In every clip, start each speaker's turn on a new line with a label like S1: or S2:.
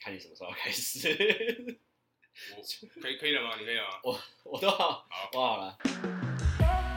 S1: 看你什么时候开始。
S2: 我 可以可以了吗？你可以了吗？
S1: 我我都好，
S2: 好
S1: 我好了。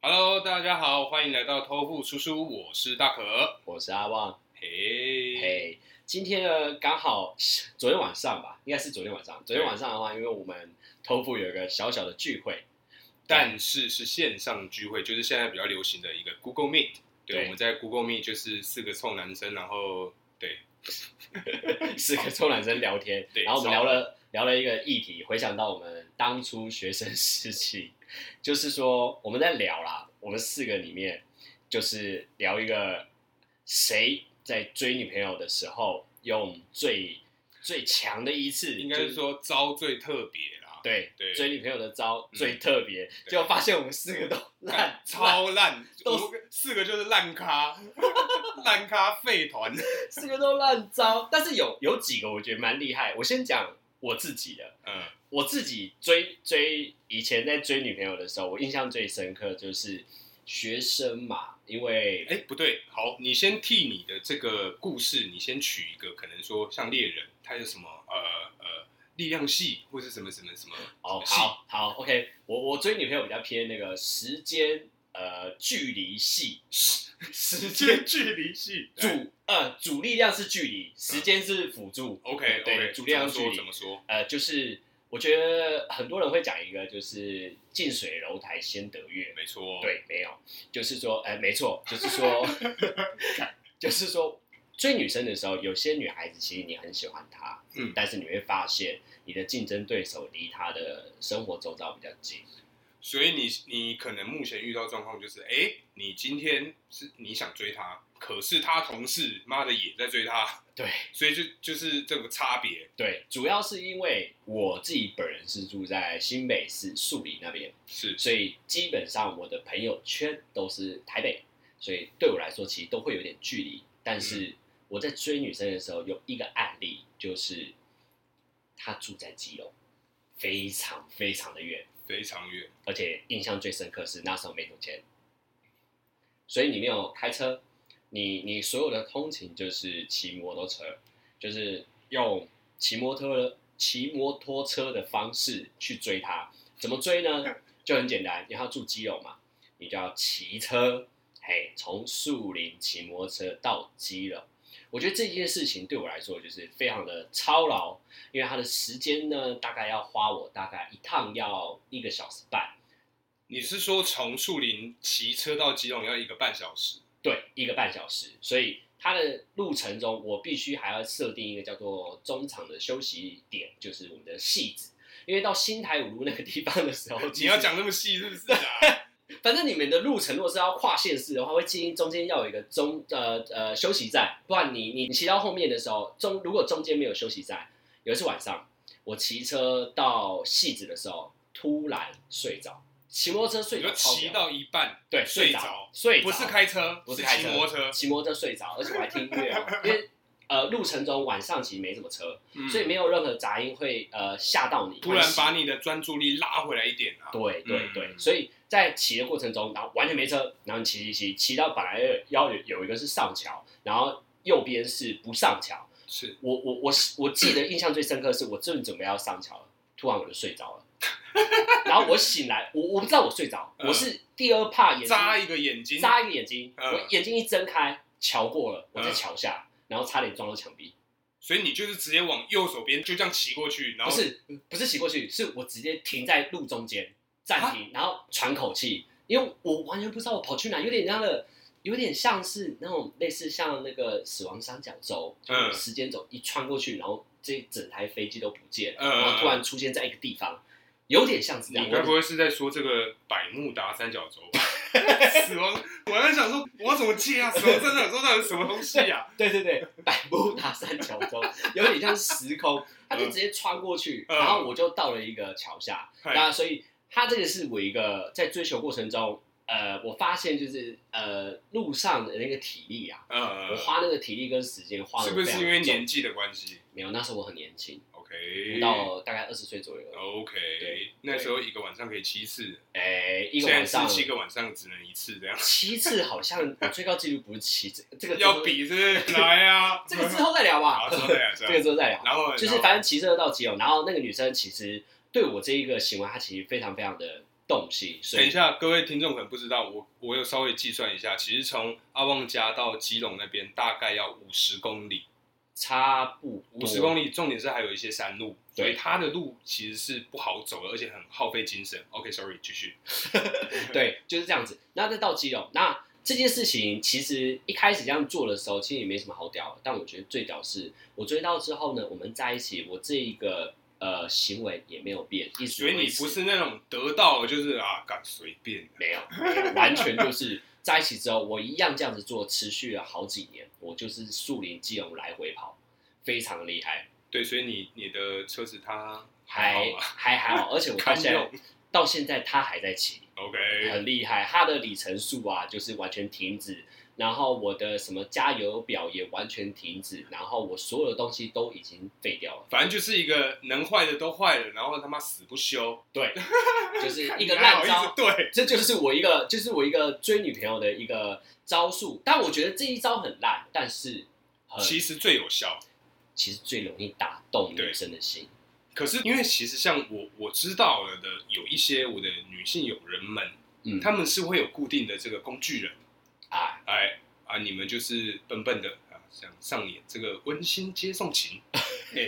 S2: ，Hello，大家好，欢迎来到偷富叔叔，我是大可。
S1: 我是阿旺，
S2: 嘿，
S1: 嘿，今天呢刚好昨天晚上吧，应该是昨天晚上。昨天晚上的话，因为我们头部有一个小小的聚会，
S2: 但是是线上聚会，就是现在比较流行的一个 Google Meet。对，
S1: 对
S2: 我们在 Google Meet 就是四个臭男生，然后对
S1: 四个臭男生聊天，
S2: 对
S1: 然后我们
S2: 超
S1: 聊了聊了一个议题，回想到我们当初学生时期，就是说我们在聊啦，我们四个里面就是聊一个谁在追女朋友的时候用最最强的一次，
S2: 应该是
S1: 就
S2: 说招最特别啦。
S1: 对
S2: 对
S1: 追女朋友的招
S2: 嗯
S1: 最特别，
S2: 对
S1: 结果发现我们四个都烂
S2: 干，超烂，
S1: 都
S2: 我
S1: 是
S2: 们四个就是烂 咖，烂咖废团。
S1: 四个都烂招，但是有有几个我觉得蛮厉害，我先讲我自己的。
S2: 嗯，
S1: 我自己追追以前在追女朋友的时候，我印象最深刻就是学生嘛，因为
S2: 哎，不对，好，你先替你的这个故事，你先取一个，可能说像猎人，他有什么呃呃力量系，或是什么什么 什么
S1: 哦，
S2: 什么系
S1: 好好，OK，我我追女朋友比较偏那个时间呃距离系，时间
S2: 距离系
S1: 主呃主力量是距离，时间是辅助。
S2: 嗯 OK
S1: 对
S2: OK，
S1: 主力量是距
S2: 说
S1: 离
S2: 怎，么说？
S1: 呃，就是我觉得很多人会讲一个就是近水楼台先得月，
S2: 没错，，
S1: 对，没有，就是说，哎、没错，就是说，就是说，追女生的时候，有些女孩子其实你很喜欢她，
S2: 嗯
S1: 但是你会发现你的竞争对手离她的生活周遭比较近，
S2: 所以你你可能目前遇到状况就是，哎、你今天是你想追他，可是他同事妈的也在追他，
S1: 对
S2: 所以就就是这个差别。
S1: 对，主要是因为我自己本人是住在新北市树林那边，
S2: 是
S1: 所以基本上我的朋友圈都是台北，所以对我来说其实都会有点距离。但是我在追女生的时候，有一个案例就是，她住在基隆，非常非常的远，
S2: 非常远，
S1: 而且印象最深刻是那时候没有钱，所以你没有开车，你你所有的通勤就是骑摩托车，就是用骑摩托骑摩托车的方式去追她。怎么追呢？就很简单，因为她住基隆嘛，你就要骑车，嘿，从树林骑摩托车到基隆。我觉得这件事情对我来说就是非常的操劳，因为它的时间呢，大概要花我大概一趟要一个小时半，
S2: 你是说从树林骑车到基隆要一个半小时？
S1: 对，一个半小时。所以它的路程中，我必须还要设定一个叫做中场的休息点，就是我们的戏子。因为到新台五路那个地方的时候，
S2: 你要
S1: 其实，
S2: 讲那么细是不是啊？
S1: 反正你们的路程如果是要跨县市的话，会建议中间要有一个中呃呃休息站，不然你你你骑到后面的时候，中如果中间没有休息站，有一次晚上我骑车到戏子的时候，突然睡着，骑摩托车睡
S2: 你
S1: 着
S2: 说
S1: 超屌，
S2: 骑到一半，
S1: 对
S2: 睡
S1: 着
S2: 着，
S1: 睡着
S2: 不是开车，
S1: 不是开
S2: 骑
S1: 车，
S2: 摩托车，
S1: 骑摩托车睡着，而且我还听音乐 哦，因为呃路程中晚上其实没什么车，
S2: 嗯
S1: 所以没有任何杂音会呃吓到你，
S2: 突然
S1: 会
S2: 把
S1: 醒
S2: 你的专注力拉回来一点啊。
S1: 对对
S2: 嗯
S1: 对，所以在骑的过程中，然后完全没车，然后你骑骑骑骑到本来要有有一个是上桥，然后右边是不上桥，
S2: 是
S1: 我我我我记得印象最深刻的是我正准备要上桥了，突然我就睡着了。然后我醒来，我我不知道我睡着，
S2: 嗯
S1: 我是第二怕眼睛
S2: 扎一个眼睛，
S1: 扎一个眼睛，
S2: 嗯
S1: 我眼睛一睁开，桥过了，我在
S2: 嗯
S1: 桥下，然后差点撞到墙壁。
S2: 所以你就是直接往右手边就这样骑过去，然
S1: 不
S2: 后
S1: 是不是骑过去，是我直接停在路中间
S2: 啊
S1: 暂停，然后喘口气，因为我完全不知道我跑去哪，有点像的，有点像是那种类似像那个死亡三角洲，
S2: 嗯
S1: 就是时间轴一穿过去，然后这整台飞机都不见了，
S2: 嗯
S1: 然后突然出现在一个地方，有点像是这样
S2: 你。该
S1: 我
S2: 不会是在说这个百慕达三角 洲吧？死亡，我还在想说我要怎么接啊？死亡三角洲到底是什么东西啊？
S1: 对对对，百慕大三角洲有点像时 空，它就直接穿过去，
S2: 嗯
S1: 然后我就到了一个桥下。
S2: 嗨
S1: 那所以它这个是我一个在追求过程中，呃，我发现就是呃，路上的那个体力啊，
S2: 呃
S1: 我，花那个体力跟时间花的
S2: 是不是因为年纪的关系
S1: 没有？那时候我很年轻，
S2: ？OK，
S1: 到大概二十岁左右，对
S2: 哦 OK，那时候一个晚上可以七次，
S1: 哎，一个
S2: 现
S1: 晚
S2: 在
S1: 上，
S2: 是七个晚上只能一次这样
S1: 七次，好像我最高纪录不是七次，这个之后
S2: 要比是不 是来啊，
S1: 这个之后再聊吧
S2: 好，，说对啊，
S1: 这
S2: 这
S1: 个
S2: 样，
S1: 之后再聊。
S2: 然后
S1: 就是
S2: 然后
S1: 反正骑车到骑友，然后那个女生其实对我这一个行为，她其实非常非常的动心，所
S2: 等一
S1: 以
S2: 下，各位听众可能不知道，我我有稍微计算一下，其实从阿旺家到基隆那边大概要五十公里，
S1: 差不
S2: 五十
S1: 里
S2: 公里，重点是还有一些山路，所以
S1: 对
S2: 它的路其实是不好走的，而且很耗费精神。OK，sorry，、继 续。
S1: 对，就是这样子。那再到基隆，那这件事情其实一开始这样做的时候，其实也没什么好屌的，但我觉得最屌是我追到之后呢，我们在一起，我这一个呃行为也没有变，一直
S2: 所以你
S1: 维持
S2: 不是那种得到就是啊，敢随便的，
S1: 没有，没有完全就是在一起之后，我一样这样子做，持续了好几年，我就是树林基隆来回跑，非常的厉害。
S2: 对，所以你你的车子它好
S1: 还
S2: 吧
S1: 还还好，而且我到现
S2: 堪嗯
S1: 在到现在他还在骑，
S2: OK，
S1: 很厉害。他的里程数啊，就是完全停止，然后我的什么加油表也完全停止，然后我所有的东西都已经废掉了。
S2: 反正就是一个能坏的都坏了，然后他妈死不修，
S1: 对， 就是一个
S2: 你还
S1: 烂
S2: 好意
S1: 招
S2: 思，对，
S1: 这就是我一个，就是我一个追女朋友的一个招数。但我觉得这一招很烂，但是很
S2: 其实最有效。
S1: 其实最容易打动女生的心。
S2: 可是因为其实像我我知道了的有一些我的女性友人们，
S1: 嗯，
S2: 他们是会有固定的这个工具人，
S1: 啊，
S2: 哎啊，你们就是笨笨的啊，想上演这个温馨接送情， 嘿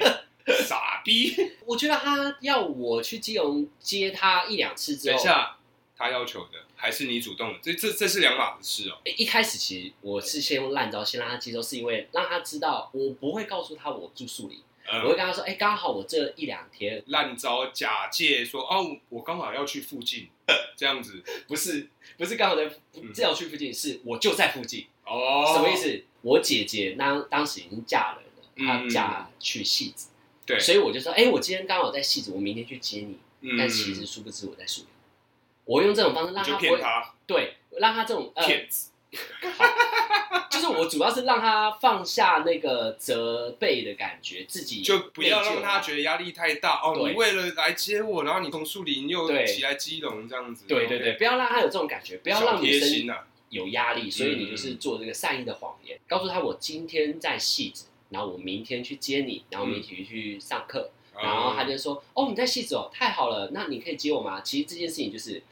S2: 傻逼！
S1: 我觉得他要我去基隆接他一两次之
S2: 等
S1: 后
S2: 一，下，他要求的还是你主动的，这这这是两码子事哦。
S1: 欸一开始其实我是先用烂招先让他接受，是因为让他知道我不会告诉他我住宿里，我会
S2: 嗯，
S1: 跟他说，哎、刚好我这一两天
S2: 烂招假借说哦，我刚好要去附 近，这样子
S1: 不是不是刚好在
S2: 嗯
S1: 正好去附近，是我就在附近，
S2: 哦，
S1: 什么意？思？我姐姐那当时已经嫁人了，她
S2: 嗯
S1: 嫁去戏子，
S2: 对，
S1: 所以我就说，哎、我今天刚好在戏子，我明天去接你，
S2: 嗯
S1: 但其实殊不知我在树林。我用这种方式
S2: 你
S1: 让
S2: 就
S1: 他不
S2: 骗
S1: 会
S2: 他，
S1: 对，让他这种呃，
S2: 骗子，
S1: 就是我主要是让他放下那个责备的感觉，自己
S2: 就不要
S1: 内疚
S2: 让他
S1: 啊
S2: 觉得压力太大哦。
S1: 对
S2: 你为了来接我，然后你从树林又
S1: 对
S2: 骑来基隆这样子，
S1: 对对对，
S2: OK，
S1: 不要让他有这种感觉，不要
S2: 小
S1: 让女
S2: 贴心啊嗯
S1: 生
S2: 呐。
S1: 有压力，所以你就是做这个善意的谎言，告诉他我今天在戏子，然后我明天去接你，然后我们一起去上课，
S2: 嗯
S1: 然后他
S2: 就
S1: 就说哦你在戏子哦，太好了，那你可以接我吗？其实这件事情就是。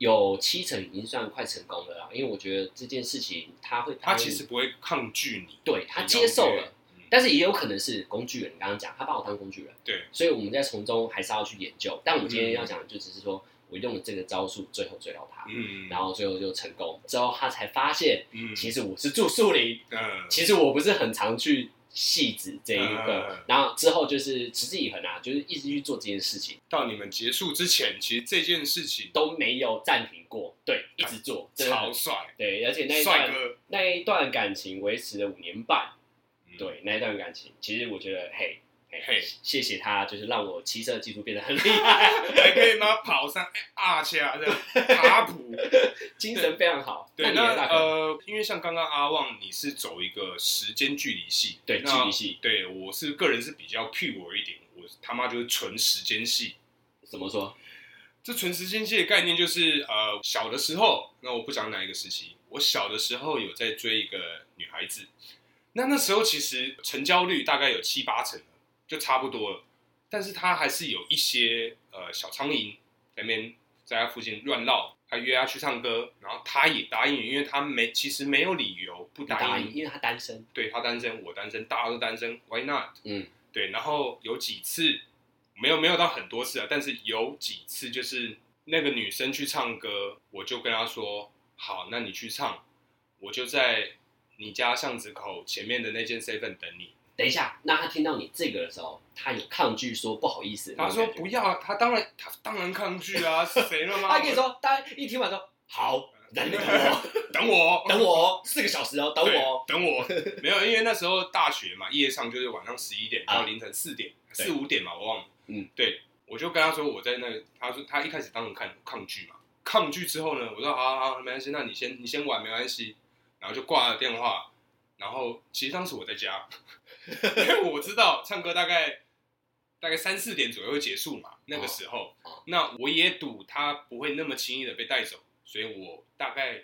S1: 有七成已经算快成功了啦，因为我觉得这件事情他会答
S2: 他
S1: 应
S2: 其实不会抗拒你，
S1: 对他接受了，
S2: 你要约，
S1: 但是也有可能是工具人。你刚刚讲，他把我当工具人，
S2: 对，嗯
S1: 所以我们在从中还是要去研究。但我今天要讲的就只是说我用了这个招数，最后追到他，
S2: 嗯，
S1: 然后最后就成功。之后他才发现，
S2: 嗯，
S1: 其实我是住树林，
S2: 嗯，
S1: 其实我不是很常去戏子这一
S2: 嗯
S1: 个。然后之后就是持之以恒啊，就是一直去做这件事情，
S2: 到你们结束之前，其实这件事情
S1: 都没有暂停过，对，一直做，真的很
S2: 超帅，
S1: 对，而且那一
S2: 帅
S1: 段
S2: 哥，
S1: 那一段感情维持了五年半。
S2: 嗯，
S1: 对那一段感情，其实我觉得，嘿，嘿，
S2: 嘿
S1: 谢谢他，就是让我骑车技术变得 很厉害，
S2: 还可以吗？跑上哎啊下这样 爬普，
S1: 精神非常好。
S2: 对，
S1: 你
S2: 那
S1: 的大哥，
S2: 呃，因为像刚刚阿旺，你是走一个时间距离系，
S1: 对
S2: 那
S1: 距离系，
S2: 对我是个人是比较 pure 一点，我他妈就是纯时间系。
S1: 怎么说？
S2: 这纯时间系的概念就是，呃，小的时候，那我不讲哪一个时期，我小的时候有在追一个女孩子，那那时候其实成交率大概有七八成了，就差不多了，但是她还是有一些呃小苍蝇在那边在她附近乱绕，还约她去唱歌，然后她也答应，因为她没其实没有理由不
S1: 不答
S2: 答
S1: 应，
S2: 应，
S1: 因为他单身。
S2: 对她单身，我单身，大家都单身，Why not？
S1: 嗯，
S2: 对，然后有几次没有没有到很多次啊，但是有几次就是那个女生去唱歌，我就跟她说：“好，那你去唱，我就在你家巷子口前面的那间 seven 等你。
S1: 等一下，那他听到你这个的时候，他有抗拒说不好意思”，
S2: 她说
S1: 那：“种感
S2: 不
S1: 觉，
S2: 要啊，她当然她当然抗拒 啊，谁了吗？
S1: 他跟你说，大家一听完说好，那你等我，
S2: 等我，
S1: 等我哦四个小时哦，等
S2: 对
S1: 我哦。
S2: 等我， 没有，因为那时候大学嘛，夜唱就是晚上十一点到凌晨四点、
S1: 啊对
S2: 四五点嘛，我忘了。
S1: 嗯，
S2: 对，我就跟他说我在那，他说他一开始当然抗抗拒嘛，抗拒之后呢，我说好好好，没关系，那你先你先玩没关系，然后就挂了电话。然后其实当时我在家， 因为我知道唱歌大概大概三四点左右会结束嘛，那个时候，
S1: 哦哦
S2: 那我也赌他不会那么轻易的被带走，所以我大概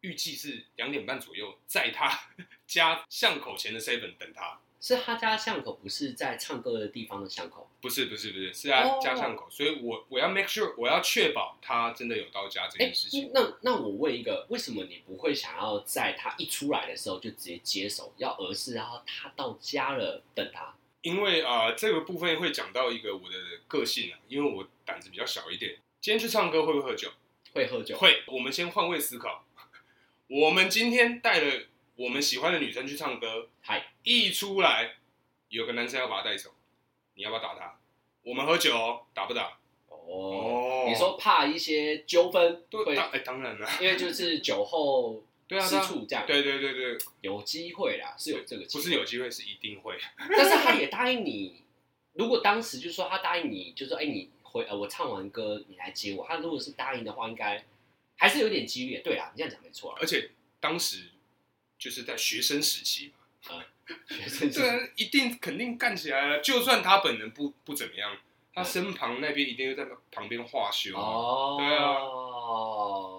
S2: 预计是两点半左右在他 家巷口前的 seven 等他。
S1: 是他家巷口，不是在唱歌的地方的巷口。
S2: 不是不是不是，是他
S1: 哦
S2: 家巷口所以我我要 make sure 我要确保他真的有到家这
S1: 哎
S2: 件事情。，
S1: 那那我问一个，为什么你不会想要在他一出来的时候就直接接手，要而是然后他到家了等他？
S2: 因为啊、呃这个部分会讲到一个我的个性啊，因为我胆子比较小一点。今天去唱歌会不会喝酒？
S1: 会喝酒？
S2: 会。我们先换位思考，我们今天带了我们喜欢的女生去唱歌，
S1: 嗨，
S2: 一出来有个男生要把她带走，你要不要打他？我们喝酒、哦，打不打？
S1: 哦，
S2: 哦
S1: 你说怕一些纠纷，
S2: 对，
S1: 会，
S2: 当哎当然了，
S1: 因为就是酒后
S2: 对啊，
S1: 吃
S2: 对啊
S1: 醋这样，
S2: 对对对对，
S1: 有机会啦，是有这个机
S2: 不
S1: 会，
S2: 是有机会是一定会。
S1: 但是他也答应你，如果当时就说他答应你，就说哎、你回呃我唱完歌你来接我，他如果是答应的话，应该还是有点几率。对啊，你这样讲没错啊。
S2: 而且当时就是在学生时期嘛，
S1: 学生就
S2: 这个
S1: 是
S2: 人一定肯定干起来了。就算他本人不不怎么样，他身旁那边一定会在旁边化修。
S1: 嗯哦，
S2: 对啊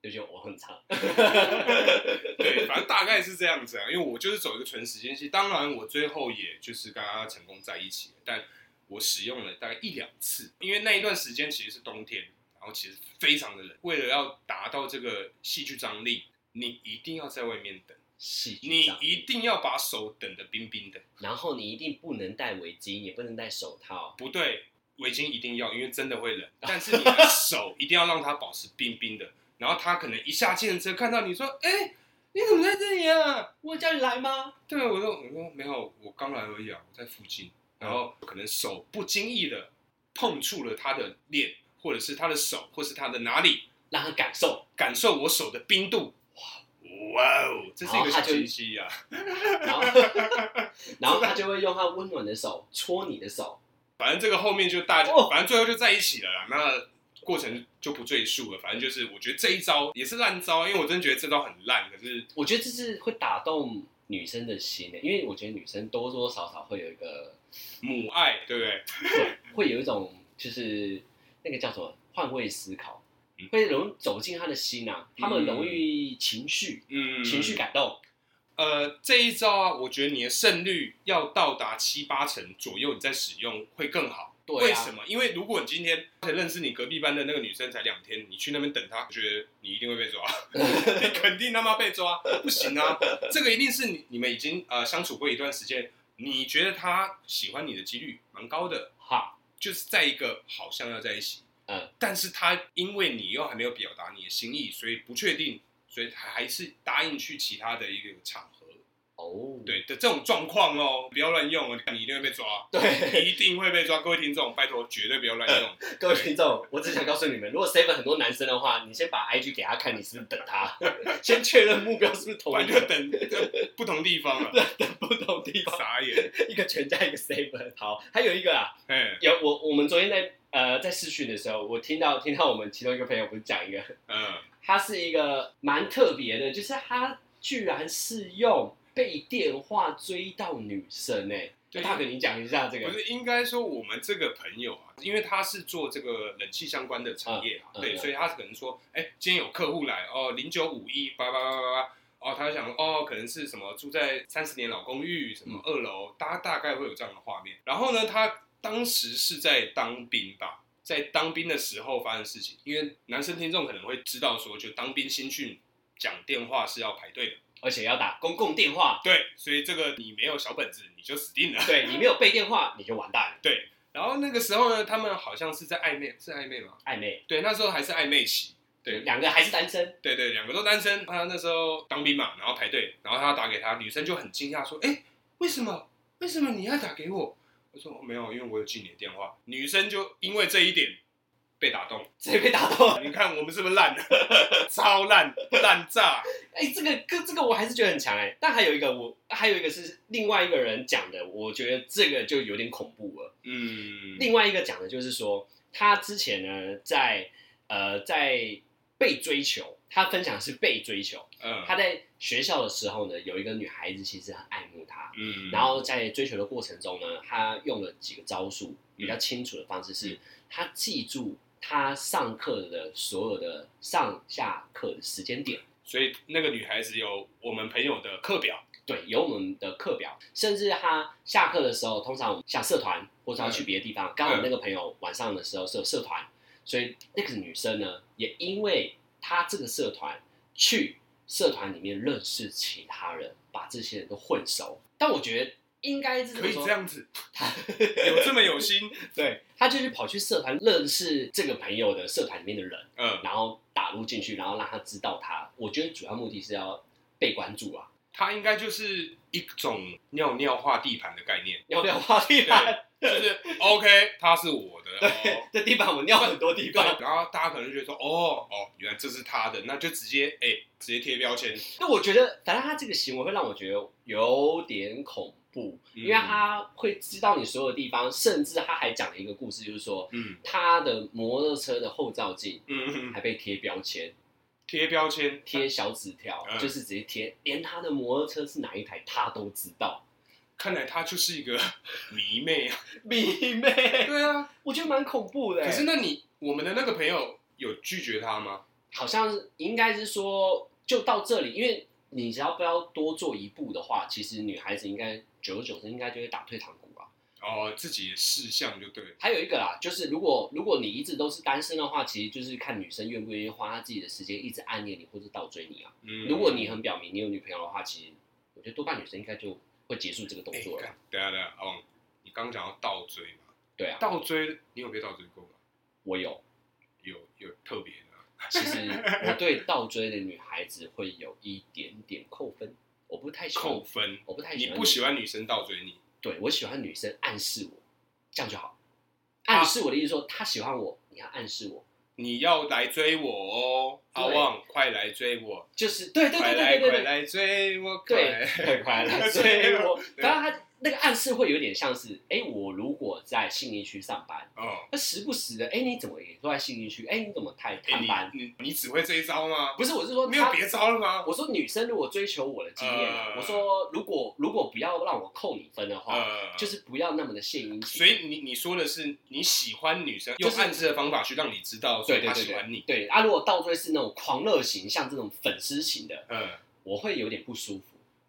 S1: 就觉得我很 长，
S2: 对， 反正大概是这样子啊。因为我就是走一个纯时间系，当然我最后也就是跟他成功在一起了，但我使用了大概一两次，因为那一段时间其实是冬天，然后其实非常的冷。为了要达到这个戏剧张力，你一定要在外面等，
S1: 戏剧
S2: 你
S1: 张
S2: 一定要把手等得冰冰的。
S1: 然后你一定不能戴围巾，也不能戴手套，
S2: 不对，围巾一定要，因为真的会冷。但是你的手一定要让它保持冰冰的。然后他可能一下计程车看到你说：“哎、你怎么在这里啊
S1: 我叫你来吗？？”
S2: 对，啊我说：“我说没有，我刚来而已啊，我在附近。”然后可能手不经意的碰触了他的脸，或者是他的手，或是他的哪里，
S1: 让他感受，
S2: 感受我手的冰度。哇哇哦，这是一个小信息啊！
S1: 然后 然后他就会用他温暖的手戳你的手，
S2: 反正这个后面就大家，
S1: 哦
S2: 反正最后就在一起了啦。那过程就不赘述了。反正就是，我觉得这一招也是烂招，因为我真的觉得这招很烂。可是，
S1: 我觉得这是会打动女生的心的，因为我觉得女生多多少少会有一个，
S2: 母爱对不对？
S1: 会会有一种就是那个叫什么换位思考
S2: 嗯，
S1: 会容易走进她的心啊，她们容易情绪、
S2: 嗯，
S1: 情绪。感动，
S2: 呃，这一招啊，我觉得你的胜率要到达七八成左右，你再使用会更好。
S1: 对啊
S2: 为什么？因为如果你今天才认识你隔壁班的那个女生才两天，你去那边等她，我觉得你一定会被 抓，你肯定他妈被抓，不行啊！这个一定是你你们已经呃相处过一段时间，你觉得她喜欢你的几率蛮高的，
S1: 哈，
S2: 就是在一个好像要在一起，
S1: 嗯，
S2: 但是她因为你又还没有表达你的心意，所以不确定，所以还是答应去其他的一个场合。
S1: 哦，
S2: 对的这种状况哦，不要乱用哦，你一定会被抓，
S1: 对，
S2: 一定会被抓。各位听众，拜托，绝对不要乱用。
S1: 各位听众，我只想告诉你们，如果 seven 很多男生的话，你先把 IG 给他看，你是不是等他， 先确认目标是不是同
S2: 反
S1: 一
S2: 正就
S1: 个
S2: 等就不同地方了，啊
S1: 不同地方，
S2: 傻眼。
S1: 一个全家一个 seven。好，还有一个啊，
S2: 哎，
S1: 有我我们昨天在呃在试训的时候，我听到听到我们其中一个朋友不是讲一个，
S2: 嗯，
S1: 他是一个蛮特别的，就是他居然是用被电话追到女生哎、
S2: 对
S1: 大哥你讲一下这
S2: 不
S1: 个，
S2: 是应该说我们这个朋友啊，因为他是做这个冷气相关的产业啊，
S1: 嗯嗯
S2: 对，
S1: 嗯
S2: 所以他可能说，哎，今天有客户来哦，零九五一八八八八八。哦，他就想哦，可能是什么住在三十年老公寓，什么二楼，大家大概会有这样的画面。然后呢，他当时是在当兵吧，在当兵的时候发生事情，因为男生听众可能会知道说，就当兵新训讲电话是要排队的，
S1: 而且要打公共电 话，
S2: 对，所以这个你没有小本子你就死定了。
S1: 对你没有被电话你就完蛋了，
S2: 对，然后那个时候呢，他们好像是在暧昧，是暧昧吗？
S1: 暧昧，
S2: 对，那时候还是暧昧期。对
S1: 两个还是单身，
S2: 对对，两个都单身。他那时候当兵嘛，然后排队，然后他打给他，女生就很惊讶说：“哎，为什么？为什么你要打给我？”我说：“哦、没有，因为我有记你的电话。”女生就因为这一点被打动。
S1: 直接被打到。
S2: 你看我们是不是烂？ 超烂，烂炸！
S1: 哎、这个这这个我还是觉得很强哎、但还有一个我还有一个是另外一个人讲的，我觉得这个就有点恐怖了。
S2: 嗯，
S1: 另外一个讲的就是说，他之前呢，在呃在被追求，他分享是被追求。
S2: 嗯，
S1: 他在学校的时候呢，有一个女孩子其实很爱慕他，
S2: 嗯，
S1: 然后在追求的过程中呢，他用了几个招数，比
S2: 嗯
S1: 较清楚的方式是，他记住他上课的所有的上下课的时间点，
S2: 所以那个女孩子有我们朋友的课表，
S1: 对，有我们的课表，甚至他下课的时候，通常我们下社团或者要
S2: 嗯
S1: 去别的地方，刚好我们那个朋友晚上的时候是有社团，所以那个女生呢，也因为她这个社团去社团里面认识其他人，把这些人都混熟。但我觉得应该是
S2: 可以
S1: 说
S2: 这样子，有这么有心，
S1: 对，他就是跑去社团认识这个朋友的社团里面的人，
S2: 嗯，
S1: 然后打入进去，然后让他知道他。我觉得主要目的是要被关注啊，
S2: 它应该就是一种尿尿画地盘的概念，
S1: 尿尿花地板，
S2: 就是 OK，它是我的哦。
S1: 这地板我尿很多地
S2: 对
S1: 方。，
S2: 然后大家可能就觉得说，哦哦，原来这是他的，那就直接哎、直接贴标签，
S1: 那我觉得，反正他这个行为会让我觉得有点恐怖，因为他会知道你所有地方，甚至他还讲了一个故事，就是说
S2: 嗯
S1: 他的摩托车的后照镜
S2: 嗯，嗯
S1: 还被贴标签，
S2: 贴标签，
S1: 贴小纸条，
S2: 嗯
S1: 就是直接贴，连他的摩托车是哪一台他都知道。
S2: 看来他就是一个迷妹啊。
S1: 迷妹，
S2: 对啊，
S1: 我觉得蛮恐怖的欸。
S2: 可是那你我们的那个朋友有拒绝他吗？
S1: 好像是应该是说就到这里，因为你只要不要多做一步的话，其实女孩子应该久而久之应该就会打退堂鼓啊。
S2: 哦，自己的事项就对了。
S1: 还有一个啦，就是如果如果你一直都是单身的话，其实就是看女生愿不愿意花她自己的时间一直暗恋你或者倒追你啊。
S2: 嗯，
S1: 如果你很表明你有女朋友的话，其实我觉得多半女生应该就会结束这个动
S2: 哎，
S1: 作了。
S2: 干等一下等一下，阿旺，你刚讲到倒追嘛，
S1: 对啊，
S2: 倒追你有被倒追过吗？
S1: 我有。
S2: 有有特别的啊，
S1: 其实我对倒追的女孩子会有一点点扣分，我不太喜欢
S2: 扣分。
S1: 我不太喜
S2: 你
S1: 欢
S2: 不喜欢女生倒追你，
S1: 对我喜欢女生暗示我，这样就好。暗示我的意思说，她喜欢我，你要暗示我，
S2: 你要来追我哦，阿
S1: 对
S2: 旺，快来追我。
S1: 就是对对
S2: 快
S1: 对
S2: 来
S1: 对
S2: 快
S1: 对对
S2: 来追我，快
S1: 对，
S2: 来！
S1: 很快乐。所以我当然他那个暗示会有点像是，哎，我如果在信义区上班，
S2: 哦，
S1: 那时不时的，哎，你怎么也都在信义区？哎，你怎么太探
S2: 哎
S1: 班？
S2: 你你你只会这一招吗？
S1: 不是，我是说
S2: 没有
S1: 他
S2: 别招了吗？
S1: 我说女生如果追求我的经验啊，
S2: 呃
S1: 我说如果如果不要让我扣你分的话，
S2: 呃，
S1: 就是不要那么的献殷勤。
S2: 所以你你说的是你喜欢女生，用
S1: 就是
S2: 暗示的方法去让你知道说
S1: 对对
S2: 她
S1: 对
S2: 喜
S1: 对
S2: 欢你，
S1: 对啊，如果倒追是那种狂热型，像这种粉丝型的，
S2: 嗯，
S1: 我会有点不舒服。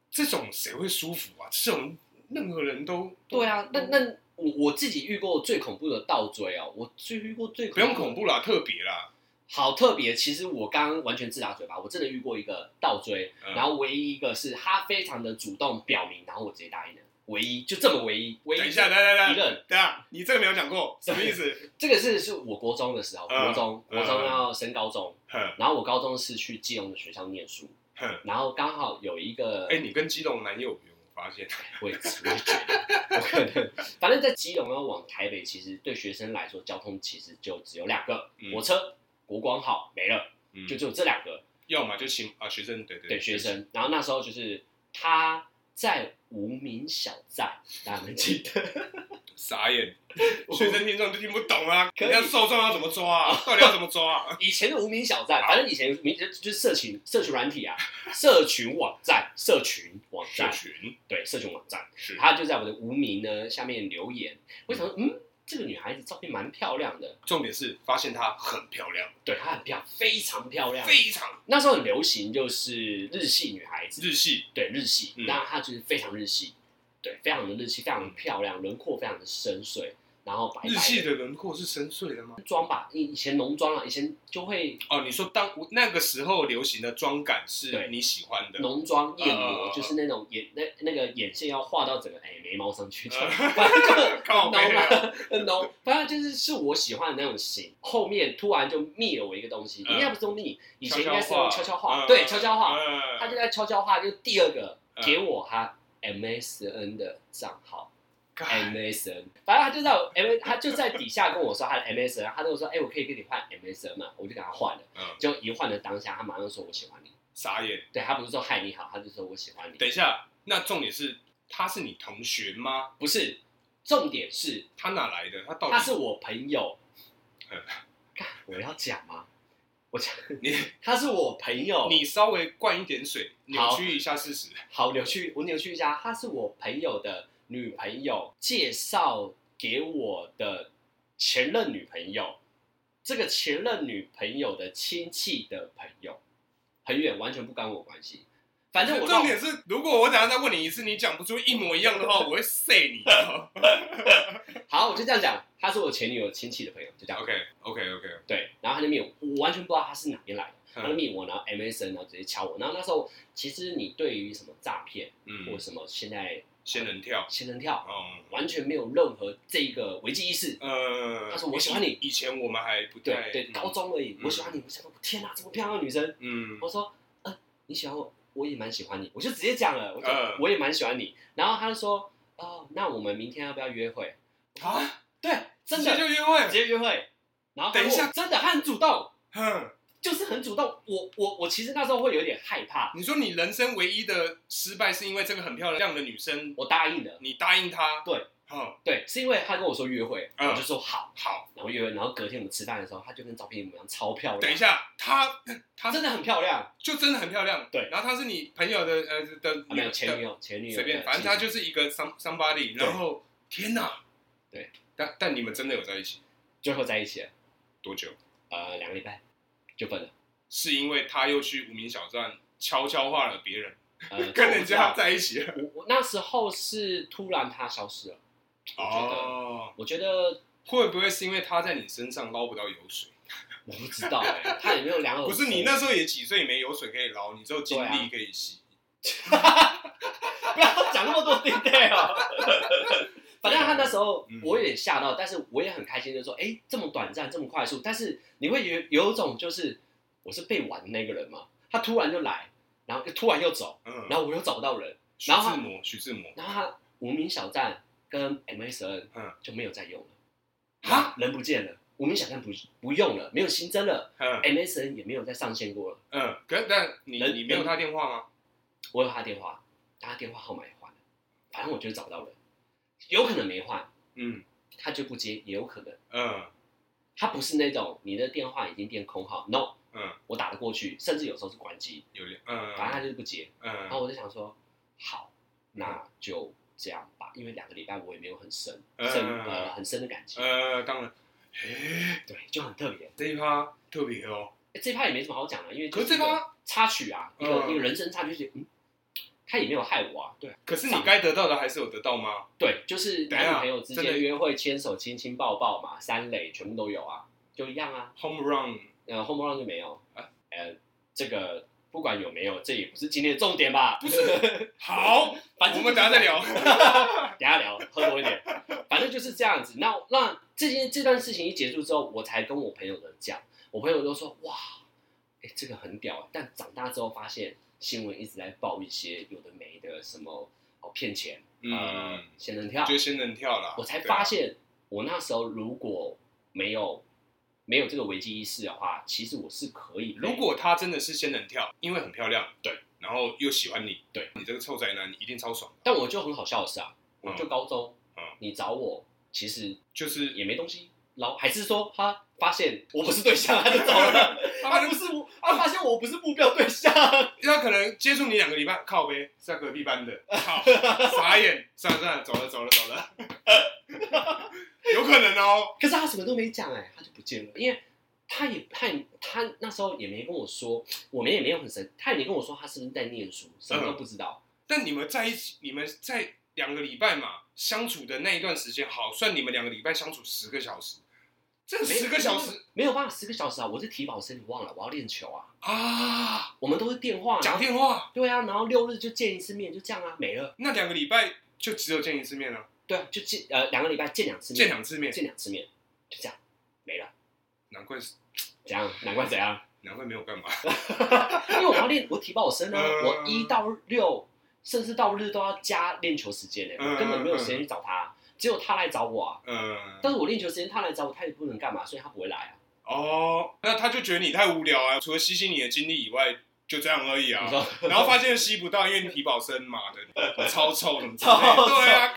S2: 这种谁会舒服啊？这种任何人都
S1: 对啊，那那我我自己遇过最恐怖的倒追哦，我最遇过最
S2: 不用恐，怖啦，特别啦，
S1: 好特别。其实我刚刚完全自打嘴巴，我真的遇过一个倒追，
S2: 嗯
S1: 然后唯一一个是他非常的主动表明，然后我直接答应了，唯一就这么唯一，唯一
S2: 等一下，来来来，
S1: 一任。
S2: 等一下，你这个没有讲过，什么意 思？
S1: 这个是是我国中的时候，
S2: 嗯
S1: 国中
S2: 嗯
S1: 国中要升高中，
S2: 哼
S1: 然后我高中是去基隆的学校念书，
S2: 哼，
S1: 然后刚好有一个
S2: 哎，你跟基隆蛮有缘，我发现，
S1: 位置，我也觉得我可能，反正在基隆要往台北，其实对学生来说，交通其实就只有两个，
S2: 嗯
S1: 火车、国光号没了，
S2: 嗯
S1: 就只有这两个
S2: 要么就请啊学生，对对
S1: 对学，生。然后那时候就是他在无名小站，大家能记得？
S2: 傻 眼，学生听众就听不懂啊，
S1: 可以哦
S2: 人家受众要怎么抓啊？到底要怎么抓 啊？
S1: 以前的无名小站，反正以前名就是社群社群软体啊，社群网站，社群网
S2: 社
S1: 站，
S2: 群
S1: 对，社群网站。
S2: 是
S1: 他就在我的无名呢下面留言，我想说，嗯，这个女孩子照片蛮漂亮的，
S2: 重点是发现她很漂亮，
S1: 对，她很漂亮，非常漂亮，
S2: 非常
S1: 那时候很流行就是日系女孩子，
S2: 日系，
S1: 对日系，
S2: 嗯
S1: 那她就是非常日系，对，非常的日系，非常的漂亮，轮廓非常的深邃，然后白白
S2: 日系的轮廓是深邃的吗？
S1: 妆吧，以以前浓妆啊，以前就会
S2: 哦，你说当那个时候流行的妆感是
S1: 对
S2: 你喜欢的，
S1: 浓妆艳
S2: 呃
S1: 抹，就是那种眼那那个眼线要画到整个哎眉毛上去，
S2: 呃
S1: 反 正就
S2: 靠背啊，
S1: 浓浓，反正就是是我喜欢的那种型。后面突然就灭了我一个东西，
S2: 嗯
S1: 应该不是用密，以前应该是
S2: 悄嗯
S1: 用悄悄话，对，悄悄话，，他就
S2: 就
S1: 在悄悄话，就第二个
S2: 嗯
S1: 给我他 MSN 的账号哎
S2: 干
S1: ，MSN，反正他就在我 M，他就在底下跟我说他的 MSN，他就说，哎、我可以跟你换 MSN 嘛，我就给他换了，
S2: 嗯
S1: 就一换的当下，他马上说我喜欢你，
S2: 傻眼。
S1: 对他不是说嗨你好，他就说我喜欢你，
S2: 等一下，那重点是他是你同学吗？
S1: 不是，重点是
S2: 他哪来的？他到底
S1: 他是我朋友
S2: 嗯
S1: 干我要讲吗？我讲
S2: 你
S1: 他是我朋友，
S2: 你稍微灌一点水，扭曲一下事实。
S1: 好扭曲，我扭曲一下，她是我朋友的女朋友介绍给我的前任女朋友，这个前任女朋友的亲戚的朋友，很远，完全不干我关系。反正我到
S2: 重点是，如果我等下再问你一次，你讲不出一模一样 的话，我会塞你。
S1: 好，我就这样讲，她是我前女友亲戚的朋友，就这样。
S2: OK OK OK，
S1: 对，然后她就灭我，我完全不知道她是哪边来的，她就
S2: 嗯
S1: 灭我，然后 MSN，然后啊直接敲我。然后那时候，其实你对于什么诈骗或
S2: 嗯，
S1: 什么现在
S2: 仙人跳。
S1: 仙人跳，
S2: 哦，
S1: 完全没有任何这一个危机意识。
S2: 呃，
S1: 他说我喜欢你
S2: 以以前我们还不
S1: 对
S2: 太
S1: 对，高，中而已，我喜欢你，我想说天啊哪，这么漂亮的女生，
S2: 嗯，
S1: 我说，呃，你喜欢我，我也蛮喜欢你，我就直接讲了，我说、
S2: 嗯
S1: 我也蛮喜欢你，然后他就说，哦，那我们明天要不要约会？
S2: 啊，
S1: 对，真
S2: 直接
S1: 的
S2: 就约
S1: 直
S2: 会，
S1: 接约会，然后他
S2: 等一下
S1: 问我真的他很主动，
S2: 哼，
S1: 就是很主动，我我我其实那时候会有点害怕，
S2: 你说你人生唯一的失败是因为这个很漂亮的女生，
S1: 我答应了，
S2: 你答应她，
S1: 对，
S2: 哼，
S1: 对，是因为他跟我说约会，
S2: 嗯
S1: 我就说好，
S2: 好，
S1: 然后约会，然后隔天我们吃饭的时候，她就跟照片一模一样，超漂亮，
S2: 等一，下，她
S1: 她真的很漂亮，啊
S2: 就真的很漂亮，
S1: 对
S2: 然后她是你朋友的呃的
S1: 啊没有前女
S2: 友
S1: 友前女
S2: 的，
S1: 友
S2: 随便，
S1: 的
S2: 反正
S1: 亲
S2: 她
S1: 戚
S2: 就是一个 some somebody，然后天哪，
S1: 对，
S2: 但但你们真的有在一起
S1: 最后在一起了，
S2: 多久？
S1: 呃，两个礼拜就分了。
S2: 是因为她又去无名小站悄悄化了别人，
S1: 呃，
S2: 跟
S1: 我
S2: 人家
S1: 不知道
S2: 在一起了，
S1: 我我那时候是突然他消失了，我觉得，
S2: 哦。
S1: 我觉得
S2: 会不会是因为他在你身上捞不到油水？
S1: 我不知道哎、他有没有两耳？
S2: 不是你那时候也几岁没油水可以捞，你只有精
S1: 对
S2: 力
S1: 啊
S2: 可以吸。
S1: 候不要讲那么多 detail。反正他那时候
S2: 嗯
S1: 我有点吓到，但是我也很开心，就说哎、这么短暂，这么快速，但是你会有有一种就是我是被玩的那个人嘛，他突然就来，然后又突然又走，
S2: 嗯，
S1: 然后我又找不到人，
S2: 徐
S1: 然后
S2: 志
S1: 他
S2: 摩，徐志摩，
S1: 然后他无名小站跟 MSN
S2: 嗯
S1: 就没有再用了，
S2: 啊，
S1: 人不见了，无名小站不不用了，没有新增了。
S2: 嗯
S1: MSN 也没有再上线过了。
S2: 嗯，可但你
S1: 人
S2: 你没有他电话吗？
S1: 我有他电话，但他电话号码也换了，反正我就是找不到人，有可能没换，
S2: 嗯
S1: 他就不接，也有可能
S2: 嗯
S1: 他不是那种你的电话已经变空号，no，
S2: 嗯，
S1: 我打得过去，甚至有时候是关机，
S2: 有点
S1: 反正他
S2: 嗯
S1: 就是不接。然后
S2: 嗯
S1: 我就想说，好，那就这样吧，因为两个礼拜我也没有很深
S2: 嗯嗯
S1: 深呃很深的感情，
S2: 呃，当然，诶，
S1: 对，就很特别。
S2: 这一趴特别哦，
S1: 欸这一趴也没什么好讲的，因为就
S2: 可是
S1: 一
S2: 这
S1: 个
S2: 趴
S1: 插曲啊，一个
S2: 嗯
S1: 一个人生插曲，就是嗯，他也没有害我啊，对。
S2: 可是你该得到的还是有得到吗？
S1: 对，就是
S2: 等一下
S1: 男女朋友之
S2: 真的
S1: 间约会、牵手、亲亲抱抱嘛，三垒全部都有啊，就一样啊。
S2: Home run，
S1: 呃，home run 就没有
S2: 啊
S1: 呃，这个不管有没有，这也不是今天的重点吧？不是，
S2: 好，
S1: 反正
S2: 我们等下再聊。
S1: 等一下聊，喝多一点。 反正就是这样子。那那这件这段事情一结束之后，我才跟我朋友的讲，我朋友都说哇，哎、这个很屌、但长大之后发现，新闻一直在报一些有的没的，什么哦骗钱，呃
S2: 嗯，，
S1: 仙人跳，
S2: 就仙人跳啦，
S1: 我才
S2: 对啊
S1: 发，现，我那时候如果没有没有这个危机意识的话，其实我是可以被。
S2: 如果他真的是仙人跳，因为很漂亮，
S1: 对，
S2: 然后又喜欢你，
S1: 对
S2: 你这个臭宅男，你一定超爽的，
S1: 但我就很好笑的是啊，我就高中，
S2: 嗯
S1: 你找我其实
S2: 就是
S1: 也没东西，然后还是说他发现我不是对象，他就走了，
S2: 啊
S1: 他不是我，他发现我不是目标对象，
S2: 他可能接触你两个礼拜，靠呗，是他隔壁班 的，靠，傻眼，算了算了，走了走了走 了，有可能哦，
S1: 可是他什么都没讲哎、他就不见了，因为。他也他也他那时候也没跟我说，我们也没有很神，他也没跟我说他是不是在念书，什么都不知道。
S2: 但你们在一起，你们在两个礼拜嘛相处的那一段时间，好，算你们两个礼拜相处十个小时，这
S1: 没有
S2: 十个小时
S1: 没有办法，十个小时啊！我是体保生，你忘了，我要练球啊。
S2: 啊，
S1: 我们都是电话，
S2: 讲电话，
S1: 对啊，然后六日就见一次面，就这样啊，没了。
S2: 那两个礼拜就只有见一次面了、啊，
S1: 对啊，就见呃两个礼拜见两次面，
S2: 见两次面，
S1: 见两次面，就这样没了。
S2: 难怪是
S1: 怎样？难怪怎样？
S2: 难怪没有干嘛。
S1: 因为我要练，我体保生啊，
S2: 嗯
S1: 我一到六甚至到日都要加练球时间呢、
S2: 嗯
S1: 我根本没有时间去找他，只有他来找我啊。
S2: 嗯，
S1: 但是我练球时间他来找我，他也不能干嘛，所以他不会来啊。
S2: 哦，那他就觉得你太无聊啊，除了吸吸你的精力以外，就这样而已
S1: 你
S2: 啊。
S1: 说，
S2: 然后发现吸不到，因为你体保生嘛的，超臭什么之类
S1: 超
S2: 的。
S1: 臭
S2: 对啊，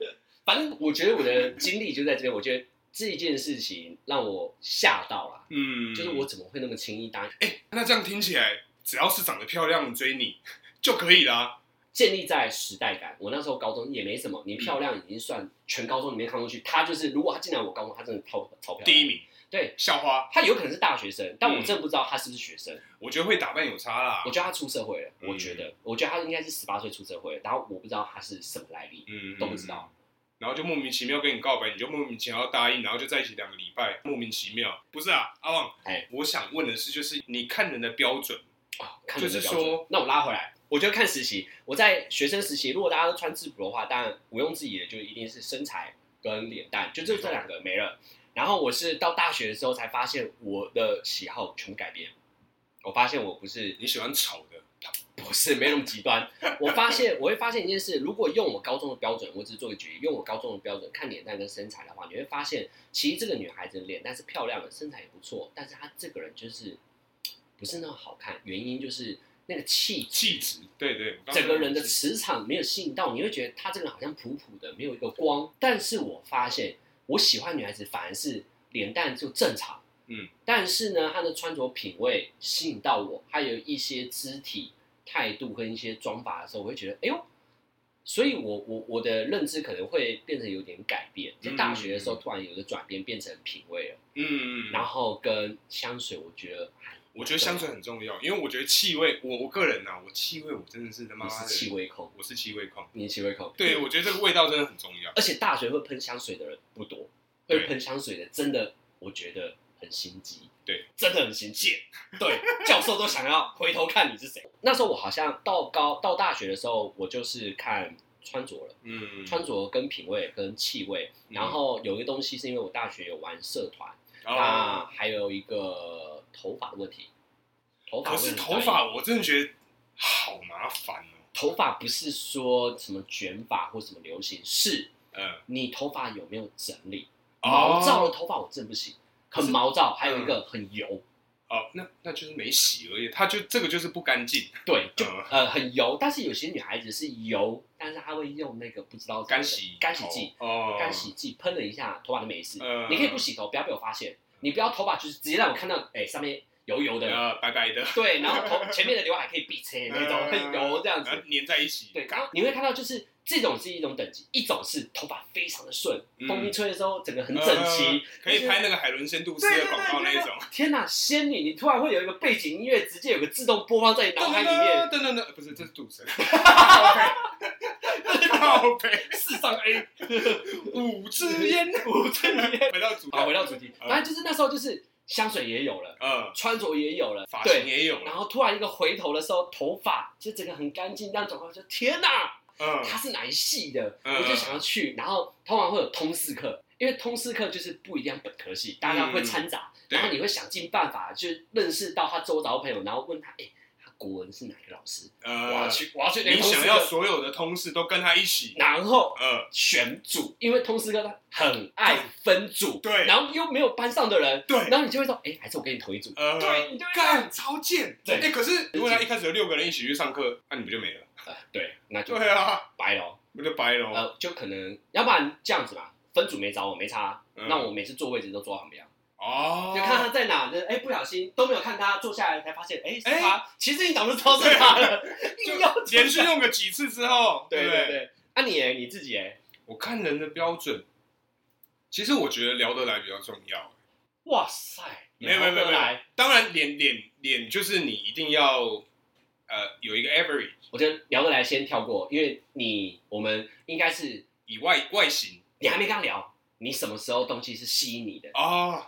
S1: 反正我觉得我的经历就在这边，我觉得这件事情让我吓到了，
S2: 嗯，
S1: 就是我怎么会那么轻易答应？
S2: 那这样听起来，只要是长得漂亮追你 就可以啊啦。
S1: 建立在时代感。我那时候高中也没什么，你漂亮已经算全高中里面看过去。他就是，如果他进来我高中，他真的超超漂亮。
S2: 第一
S1: 名，
S2: 名，
S1: 对，
S2: 校花，
S1: 他有可能是大学生，但我
S2: 嗯
S1: 真的不知道他是不是学生。
S2: 我觉得会打扮有差啦
S1: 我。觉得他出社会了，我觉
S2: 嗯
S1: 得，我觉得他应该是十八岁出社会了，然后我不知道他是什么来历，
S2: 嗯
S1: 都不知道。
S2: 然后就莫名其妙跟你告白，你就莫名其妙答应，然后就在一起两个礼拜，莫名其妙。不是啊，阿旺，
S1: 哎
S2: 我想问的是，就是你看人的标准，
S1: 啊。看人的
S2: 哦就是
S1: 标准
S2: 说，
S1: 那我拉回来，我觉得看实习。我在学生实习，如果大家都穿制服的话，当然毋庸置疑的，就一定是身材跟脸蛋，就就这两个没了。然后我是到大学的时候才发现我的喜好全部改变，我发现我不是
S2: 你喜欢丑的，
S1: 不是没那么极端。我发现我会发现一件事，如果用我高中的标准，我只是做个举例，用我高中的标准看脸蛋跟身材的话，你会发现，其实这个女孩子的脸蛋是漂亮的，身材也不错，但是她这个人就是不是那么好看，原因就是那个气质。
S2: 气质，对对，我刚才
S1: 整个人的
S2: 气质
S1: 磁场没有吸引到，你会觉得她这个人好像普普的，没有一个光。但是我发现，我喜欢女孩子反而是脸蛋就正常，
S2: 嗯，
S1: 但是呢，她的穿着品味吸引到我，还有一些肢体态度跟一些妆法的时候，我会觉得，哎呦，所以我我我的认知可能会变成有点改变，在大学的时候
S2: 嗯
S1: 突然有一个转变，变成品味了，
S2: 嗯，
S1: 然后跟香水，我觉得嗯还
S2: 我觉得香水很重要，因为我觉得气味，我我个人呐、啊，我气味我真的是他妈
S1: 你
S2: 的
S1: 是气，味控，
S2: 我是气味控。
S1: 你是气味控，
S2: 对，我觉得这个味道真的很重要。
S1: 而且大学会喷香水的人不多，
S2: 对
S1: 会喷香水的真的，我觉得很心机。
S2: 对，
S1: 真的很心机。对，教授都想要回头看你是谁。那时候我好像到高到大学的时候，我就是看穿着了，
S2: 嗯，
S1: 穿着跟品味跟气味。
S2: 嗯
S1: 然后有一个东西是因为我大学有玩社团，
S2: 啊，
S1: 那还有一个头发的问题。头发
S2: 可
S1: 会
S2: 哦是
S1: 很
S2: 头
S1: 专业
S2: 发我真的觉得好麻烦哦。
S1: 头发不是说什么卷发或什么流行，是
S2: 嗯，
S1: 你头发有没有整理。
S2: 哦嗯
S1: 毛躁的头发我真的不行，很毛躁，还有一个很油，
S2: 哦，那那就是没洗而已，它就这个就是不干净，
S1: 对，就
S2: 嗯
S1: 呃很油。但是有些女孩子是油，但是她会用那个不知道怎么的
S2: 干洗
S1: 干洗剂，
S2: 头哦，
S1: 干洗剂喷了一下，头发都没事。
S2: 嗯
S1: 你可以不洗头，不要被我发现，你不要头发就是直接让我看到，哎，上面油油的，
S2: 呃白白的，
S1: 对，然后头前面的刘海可以闭切那种，
S2: 嗯
S1: 很油这样
S2: 然
S1: 子
S2: 后，粘在一起，
S1: 对。然后你会看到就是。这种是一种等级，一种是头发非常的顺，
S2: 嗯
S1: 风一吹的时候整个很整齐，
S2: 呃可以拍那个海伦仙度斯
S1: 对
S2: 的
S1: 对对
S2: 广告那
S1: 对对
S2: 种。
S1: 天呐，仙女，你突然会有一个背景音乐，直接有个自动播放在你脑海里面。
S2: 等等等，不是，这是赌 神。靠背，靠背，
S1: 世上 A
S2: 五支烟。
S1: 五真的
S2: 回到主，
S1: 好，回到主题，
S2: 嗯
S1: 反正就是那时候就是香水也有了，
S2: 嗯，
S1: 穿着也有了，
S2: 发型
S1: 对。
S2: 也有了，
S1: 然后突然一个回头的时候，头发就整个很干净，这样转过来就天呐，
S2: 嗯
S1: 他是哪一系的？
S2: 嗯
S1: 我就想要去。然后通常会有通识课，因为通识课就是不一样本科系，大家会掺杂，
S2: 对
S1: 然后你会想尽办法去认识到他周遭的朋友，然后问他，哎、他国文是哪个老师？我要
S2: 呃，
S1: 去，我要去那个
S2: 你
S1: 通识
S2: 想
S1: 课
S2: 要所有的同事都跟他一起，
S1: 然后
S2: 呃，
S1: 选组，因为通识哥他很爱分组，
S2: 对
S1: 然后又没有班上的人，
S2: 对
S1: 然后你就会说，哎，还是我跟你同一组，
S2: 呃，
S1: 对你就会
S2: 干超贱，
S1: 对
S2: 哎，可是如果他一开始有六个人一起去上课，那你不就没了？
S1: 呃，对，那就
S2: 对啊，哦
S1: 白咯，
S2: 不就掰了？
S1: 呃，就可能，要不然这样子嘛，分组没找我，没差，啊
S2: 嗯
S1: 那我每次坐位置都坐旁边，啊
S2: 哦，
S1: 就看他在哪，就是哎不小心都没有看他，坐下来才发现，哎是
S2: 哎
S1: 他，其实你早就知道是他 了，硬要
S2: 就连续用个几次之后，
S1: 对
S2: 不
S1: 对对，啊你哎你自己哎，
S2: 我看人的标准，其实我觉得聊得来比较重要。
S1: 哇塞，
S2: 没有没有没有没有
S1: 来，
S2: 当然脸脸脸就是你一定要呃有一个 average
S1: 我觉得聊得来先跳过，因为你我们应该是
S2: 以外外形
S1: 你还没跟他聊，你什么时候东西是吸引你的？
S2: 哦，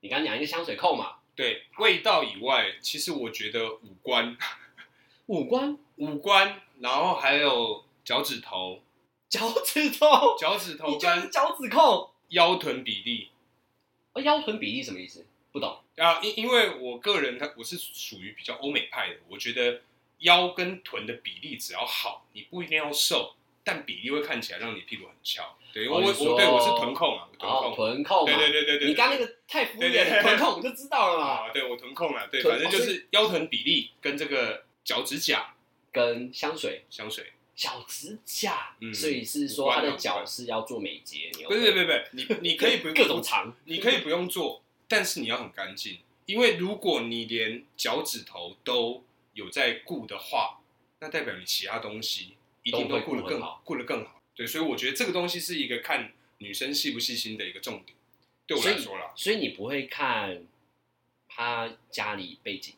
S1: 你刚讲一个香水扣嘛，
S2: 对味道以外，其实我觉得五官
S1: 五官、
S2: 五官，然后还有脚趾头，
S1: 脚趾 头，
S2: 脚趾头
S1: 你就是
S2: 跟
S1: 脚趾扣。
S2: 腰臀比例
S1: 哦，腰臀比例什么意思？不懂。
S2: 啊，因因为我个人他我是属于比较欧美派的，我觉得腰跟臀的比例只要好，你不一定要瘦，但比例会看起来让你屁股很翘。对
S1: 哦
S2: 我我
S1: 你
S2: 我
S1: 说
S2: 对我是臀控啊，我臀
S1: 哦，
S2: 控，
S1: 臀扣嘛。
S2: 对对对对对，
S1: 你刚
S2: 对
S1: 那个太敷
S2: 对对
S1: 衍
S2: 对
S1: 了，臀扣我们就知道了 嘛。
S2: 啊，对我臀控啊，对，
S1: 臀哦
S2: 反正就是腰臀比例跟这个脚趾甲
S1: 跟香水，
S2: 香水，
S1: 脚指甲，
S2: 嗯
S1: 所以是说他的脚是要做美睫，你
S2: 不是不是不是，你你可以不
S1: 各种长，
S2: 你可以不用做，但是你要很干净，因为如果你连脚趾头都有在顾的话，那代表你其他东西一定都顾
S1: 都会
S2: 得
S1: 顾
S2: 更
S1: 很好
S2: 顾得更好。对，所以我觉得这个东西是一个看女生细不细心的一个重点，对我来说啦。
S1: 所以你不会看他家里背景，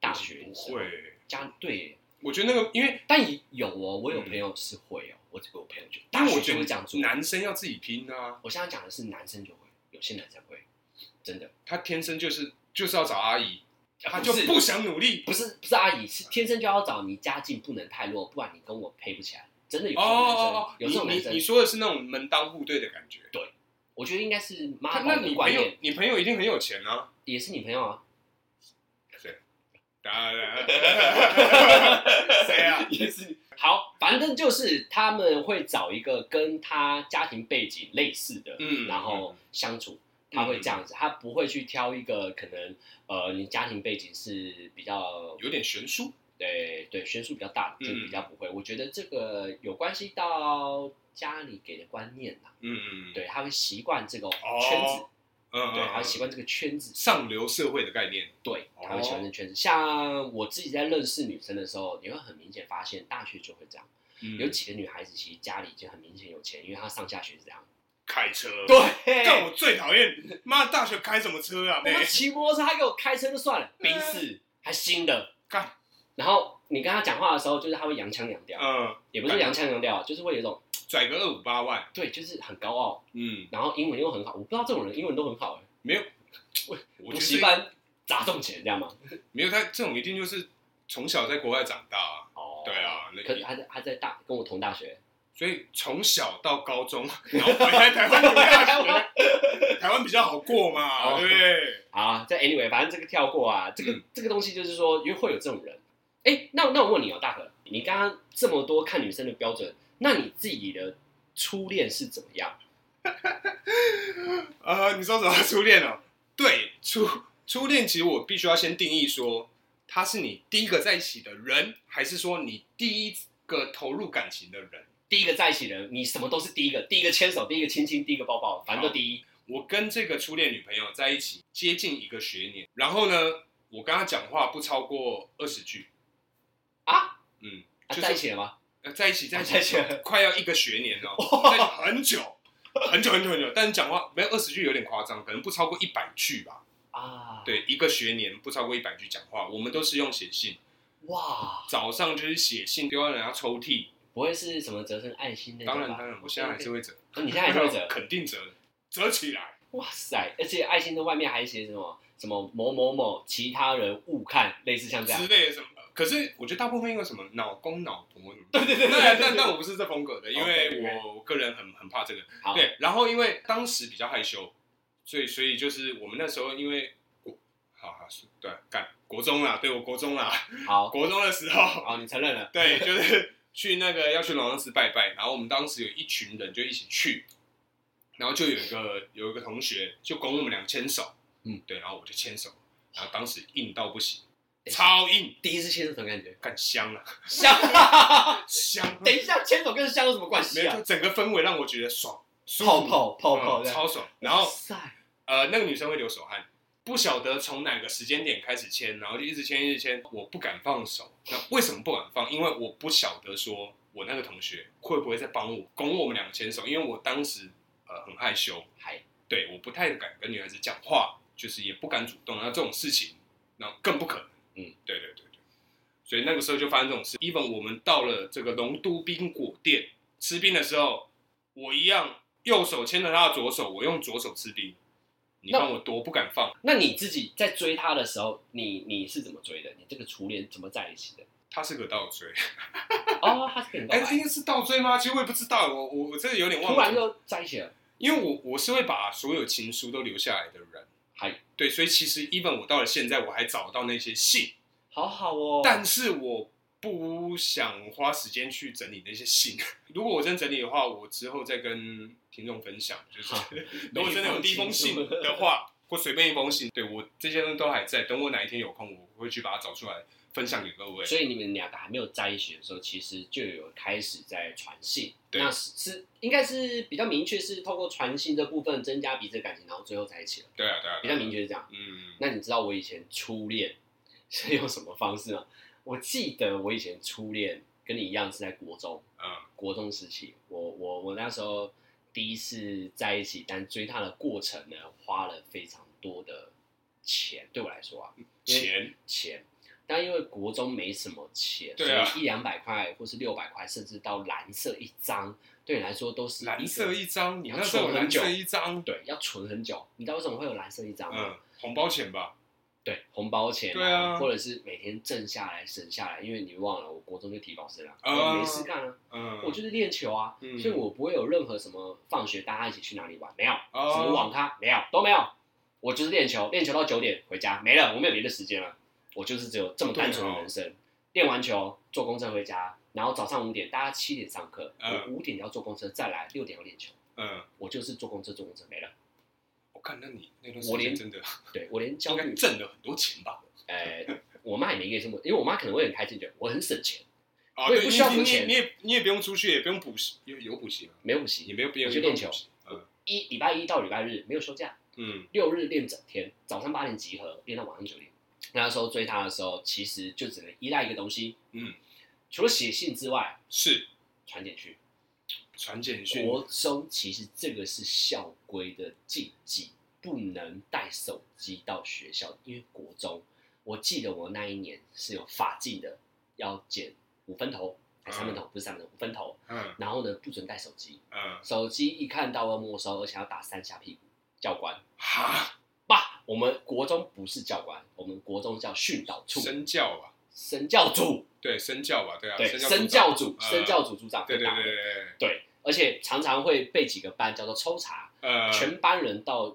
S1: 大学
S2: 不
S1: 的时候
S2: 会，
S1: 家对，
S2: 我觉得那个，因为
S1: 但也有哦，我有朋友是会哦，我我朋友就
S2: 但
S1: 大
S2: 嗯我
S1: 学
S2: 觉
S1: 就会这样
S2: 得
S1: 做。
S2: 男生要自己拼啊，
S1: 我现在讲的是男生就会，有些男生会，真的，
S2: 他天生就是就是要找阿姨，
S1: 啊
S2: 他就
S1: 不
S2: 不
S1: 是
S2: 想努力。
S1: 不是不是阿姨，是天生就要找你家境不能太弱，不然你跟我配不起来。真的有
S2: 哦
S1: 这种男生，
S2: 哦哦，
S1: 有这种
S2: 你
S1: 男
S2: 你你
S1: 生，
S2: 说的是那种门当户对的感觉。
S1: 我觉得应该是妈
S2: 那
S1: 宝
S2: 那
S1: 的
S2: 你
S1: 观
S2: 朋友
S1: 念，，
S2: 你朋友一定很有钱啊。
S1: 也是你朋友啊，
S2: 当然， 谁 啊？
S1: 也是好，反正就是他们会找一个跟他家庭背景类似的，
S2: 嗯
S1: 然后相处，他会这样子，他不会去挑一个可能呃，你家庭背景是比较
S2: 有点悬殊。
S1: 对对悬殊比较大的，就
S2: 嗯
S1: 比较不会。我觉得这个有关系到家里给的观念啦，
S2: 嗯嗯，
S1: 对，他会习惯这个圈子，
S2: 嗯，
S1: 对，他会
S2: 嗯
S1: 习惯这个圈子，
S2: 上流社会的概念。
S1: 对，
S2: 哦
S1: 他会喜欢这个圈子。像我自己在认识女生的时候，你会很明显发现，大学就会这样。有
S2: 嗯，
S1: 几个女孩子其实家里已经很明显有钱，因为她上下学是这样。
S2: 开车。干
S1: 对，
S2: 我最讨厌，妈，大学开什么车啊？
S1: 我骑摩托车，她给我开车就算了，宾士还新的。
S2: 干，
S1: 然后你跟她讲话的时候，就是她会洋腔洋调，
S2: 嗯，
S1: 也不是洋腔洋调，就是会有一种
S2: 拽个二五八万。
S1: 对，就是很高傲，
S2: 嗯，
S1: 然后英文又很好。我不知道这种人英文都很好、欸，
S2: 没有，我
S1: 补
S2: 觉
S1: 习
S2: 得
S1: 班砸中钱这样吗？
S2: 没有他这种一定就是从小在国外长大啊，
S1: 哦
S2: 对。啊，那
S1: 可是他在他在大跟我同大学，
S2: 所以从小到高 中，然后回来台湾读大学，台湾比较好过嘛，
S1: 哦
S2: 对不对？
S1: 啊，这 anyway，反正这个跳过啊，这个、
S2: 嗯
S1: 这个东西就是说，因为会有这种人。哎，那那我问你哦，大可，你刚刚这么多看女生的标准，那你自己的初恋是怎么样？
S2: 呃，你说什么初恋哦？对，初初恋其实我必须要先定义说，他是你第一个在一起的人，还是说你第一个投入感情的人？
S1: 第一个在一起的人，你什么都是第一个，第一个牵手，第一个亲亲，第一个抱抱，反正都第一。
S2: 我跟这个初恋女朋友在一起接近一个学年，然后呢，我跟她讲话不超过二十句
S1: 啊，
S2: 嗯，
S1: 啊
S2: 就是
S1: 在一起了吗？
S2: 呃，在一起，在一起，
S1: 在一起了
S2: 快要一个学年了，在一起很久，很久很久很久，但是讲话没有二十句有点夸张，可能不超过一百句吧。
S1: 啊，，
S2: 对，一个学年不超过一百句讲话，我们都是用写信。
S1: 哇，
S2: 早上就是写信丢到人家抽屉，
S1: 不会是什么折成爱心那种
S2: 当
S1: 吧？
S2: 然当然，我现在还是会折，
S1: 哦，你现在还是会 折？
S2: 肯定折，折起来。
S1: 哇塞！而且爱心的外面还写什么什么某某某，其他人勿看，类似像这样
S2: 之。类的什么。可是我觉得大部分应该什么脑公脑婆， 对对对，那但但我不是这风格的，因
S1: 哦
S2: 为
S1: OK，OK 啊
S2: 我我个人很很怕这个。
S1: 好，
S2: 对，然后因为当时比较害羞，所以所以就是我们那时候因为国，好好是对干国中啦，对我国中啦，
S1: 好，
S2: 国中的时候，
S1: 好，你承认了。
S2: 对，就是 去那个要去龙山寺拜拜，然后我们当时有一群人就一起去，然后就有一个有一个同学就拱我们俩牵手，
S1: 嗯，
S2: 对，然后我就牵手，然后当时硬到不行，
S1: 诶
S2: 超硬，
S1: 第一次牵手什么 感觉？
S2: 干香啊，
S1: 香。
S2: 香，
S1: 等一下，牵手跟香有什么关
S2: 没
S1: 系
S2: 有，
S1: 啊
S2: 就？整个氛围让我觉得爽，舒
S1: 泡
S2: 服，
S1: 泡泡泡
S2: 嗯
S1: 这样。
S2: 超爽，然后
S1: 哇塞，
S2: 呃，那个女生会流手汗，不晓得从哪个时间点开始牵，然后就一直牵一直牵，我不敢放手。那为什么不敢放？因为我不晓得说我那个同学会不会在帮我拱我们两个牵手，因为我当时呃很害羞，
S1: 嗨，
S2: 对，我不太敢跟女孩子讲话，就是也不敢主动。那这种事情，那更不可能。
S1: 嗯，
S2: 对对对对。所以那个时候就发生这种事。even 我们到了这个龙都冰果店吃冰的时候，我一样右手牵着她的左手，我用左手吃冰。你
S1: 那
S2: 看我多不敢放，
S1: 那你自己在追他的时候，你你是怎么追的？你这个初恋怎么在一起的？
S2: 她是个倒追。
S1: 哦，他是跟你告
S2: 哎，这
S1: 白，
S2: 应该是倒追吗？其实我也不知道，我我我真的有点忘
S1: 突
S2: 了。
S1: 然就在一起了。
S2: 因为我我是会把所有情书都留下来的人。
S1: 嗨，
S2: 对，所以其实 even 我到了现在，我还找到那些信。
S1: 好好哦。
S2: 但是我不想花时间去整理那些信。 如果我真整理的话，我之后再跟听众分享。就是
S1: 好
S2: 如果真的有第一封信的话，或随便一封信，对我这些东西都还在。等我哪一天有空，我会去把它找出来分享给各位。
S1: 所以你们两个还没有在一起的时候，其实就有开始在传信。
S2: 对
S1: 那是是应该是比较明确，是透过传信这部分增加彼此的感情，然后最后在一起了，
S2: 对啊，对啊，
S1: 比较
S2: 对啊
S1: 明确是这样。
S2: 嗯，
S1: 那你知道我以前初恋是用什么方式吗？我记得我以前初恋跟你一样是在国中，
S2: 嗯，
S1: 国中时期，我我我那时候第一次在一起，但追她的过程呢，花了非常多的钱，对我来说
S2: 嗯
S1: 啊，因为
S2: 钱，
S1: 钱，但因为国中没什么钱，
S2: 对啊
S1: 所以一两百块或是六百块，甚至到蓝色一张，对你来说都是
S2: 蓝
S1: 个
S2: 色一张，你
S1: 要
S2: 那时候有
S1: 存很
S2: 蓝色
S1: 久
S2: 一张，
S1: 对，要存很久。你知道为什么会有蓝色一张吗？
S2: 嗯，红包钱吧，
S1: 对，红包钱、
S2: 对啊
S1: 或者是每天挣下来省下来，因为你忘了，我国中就提保生了，
S2: 啊
S1: 我没事干啊，
S2: 嗯，
S1: 我就是练球啊，
S2: 嗯
S1: 所以我不会有任何什么放学大家一起去哪里玩，没有，
S2: 哦
S1: 什么网咖没有，都没有，我就是练球，练球到九点回家没了，我没有别的时间了，我就是只有这么单纯的人
S2: 哦
S1: 生，练完球坐公车回家，然后早上五点大家七点上课，
S2: 嗯
S1: 我五点要坐公车再来，六点要练球，
S2: 嗯，
S1: 我就是坐公车坐公车没了，
S2: 我看那你那段
S1: 我
S2: 时
S1: 连
S2: 间真的
S1: 对我连
S2: 应
S1: 焦
S2: 该
S1: 虑
S2: 挣了很多钱吧？
S1: 哎，我妈也没给什么，因为我妈可能会很开心，觉得我很省钱，
S2: 啊，
S1: 我也
S2: 对
S1: 不
S2: 你
S1: 需要
S2: 你
S1: 付
S2: 你
S1: 钱
S2: 你也你也不用出去，也不用补习，有有补习吗？
S1: 没有补
S2: 也
S1: 习，
S2: 没有别
S1: 我
S2: 人
S1: 去练球，
S2: 嗯
S1: 一礼拜一到礼拜日没有休假，
S2: 嗯
S1: 六日练整天，早上八点集合，练到晚上九点。那时候追她的时候，其实就只能依赖一个东西，
S2: 嗯，
S1: 除了写信之外，
S2: 是
S1: 传简讯。
S2: 传简讯，
S1: 国中其实这个是校规的禁忌，不能带手机到学校，因为国中，我记得我那一年是有法禁的，要剪五分头，还三分头，不是三分头，五分头。
S2: 嗯
S1: 然后呢，不准带手机，
S2: 嗯，
S1: 手机一看到要没收，而且要打三下屁股。教官，
S2: 哈，
S1: 爸，我们国中不是教官，我们国中叫训导处、
S2: 身教吧，
S1: 身教组，
S2: 对身教吧，对啊，
S1: 对，
S2: 身
S1: 身教组、
S2: 呃
S1: 身教组组长会
S2: 对对
S1: 打
S2: 对
S1: 的，
S2: 对对，
S1: 对，而且常常会被几个班叫做抽查，
S2: 呃，
S1: 全班人到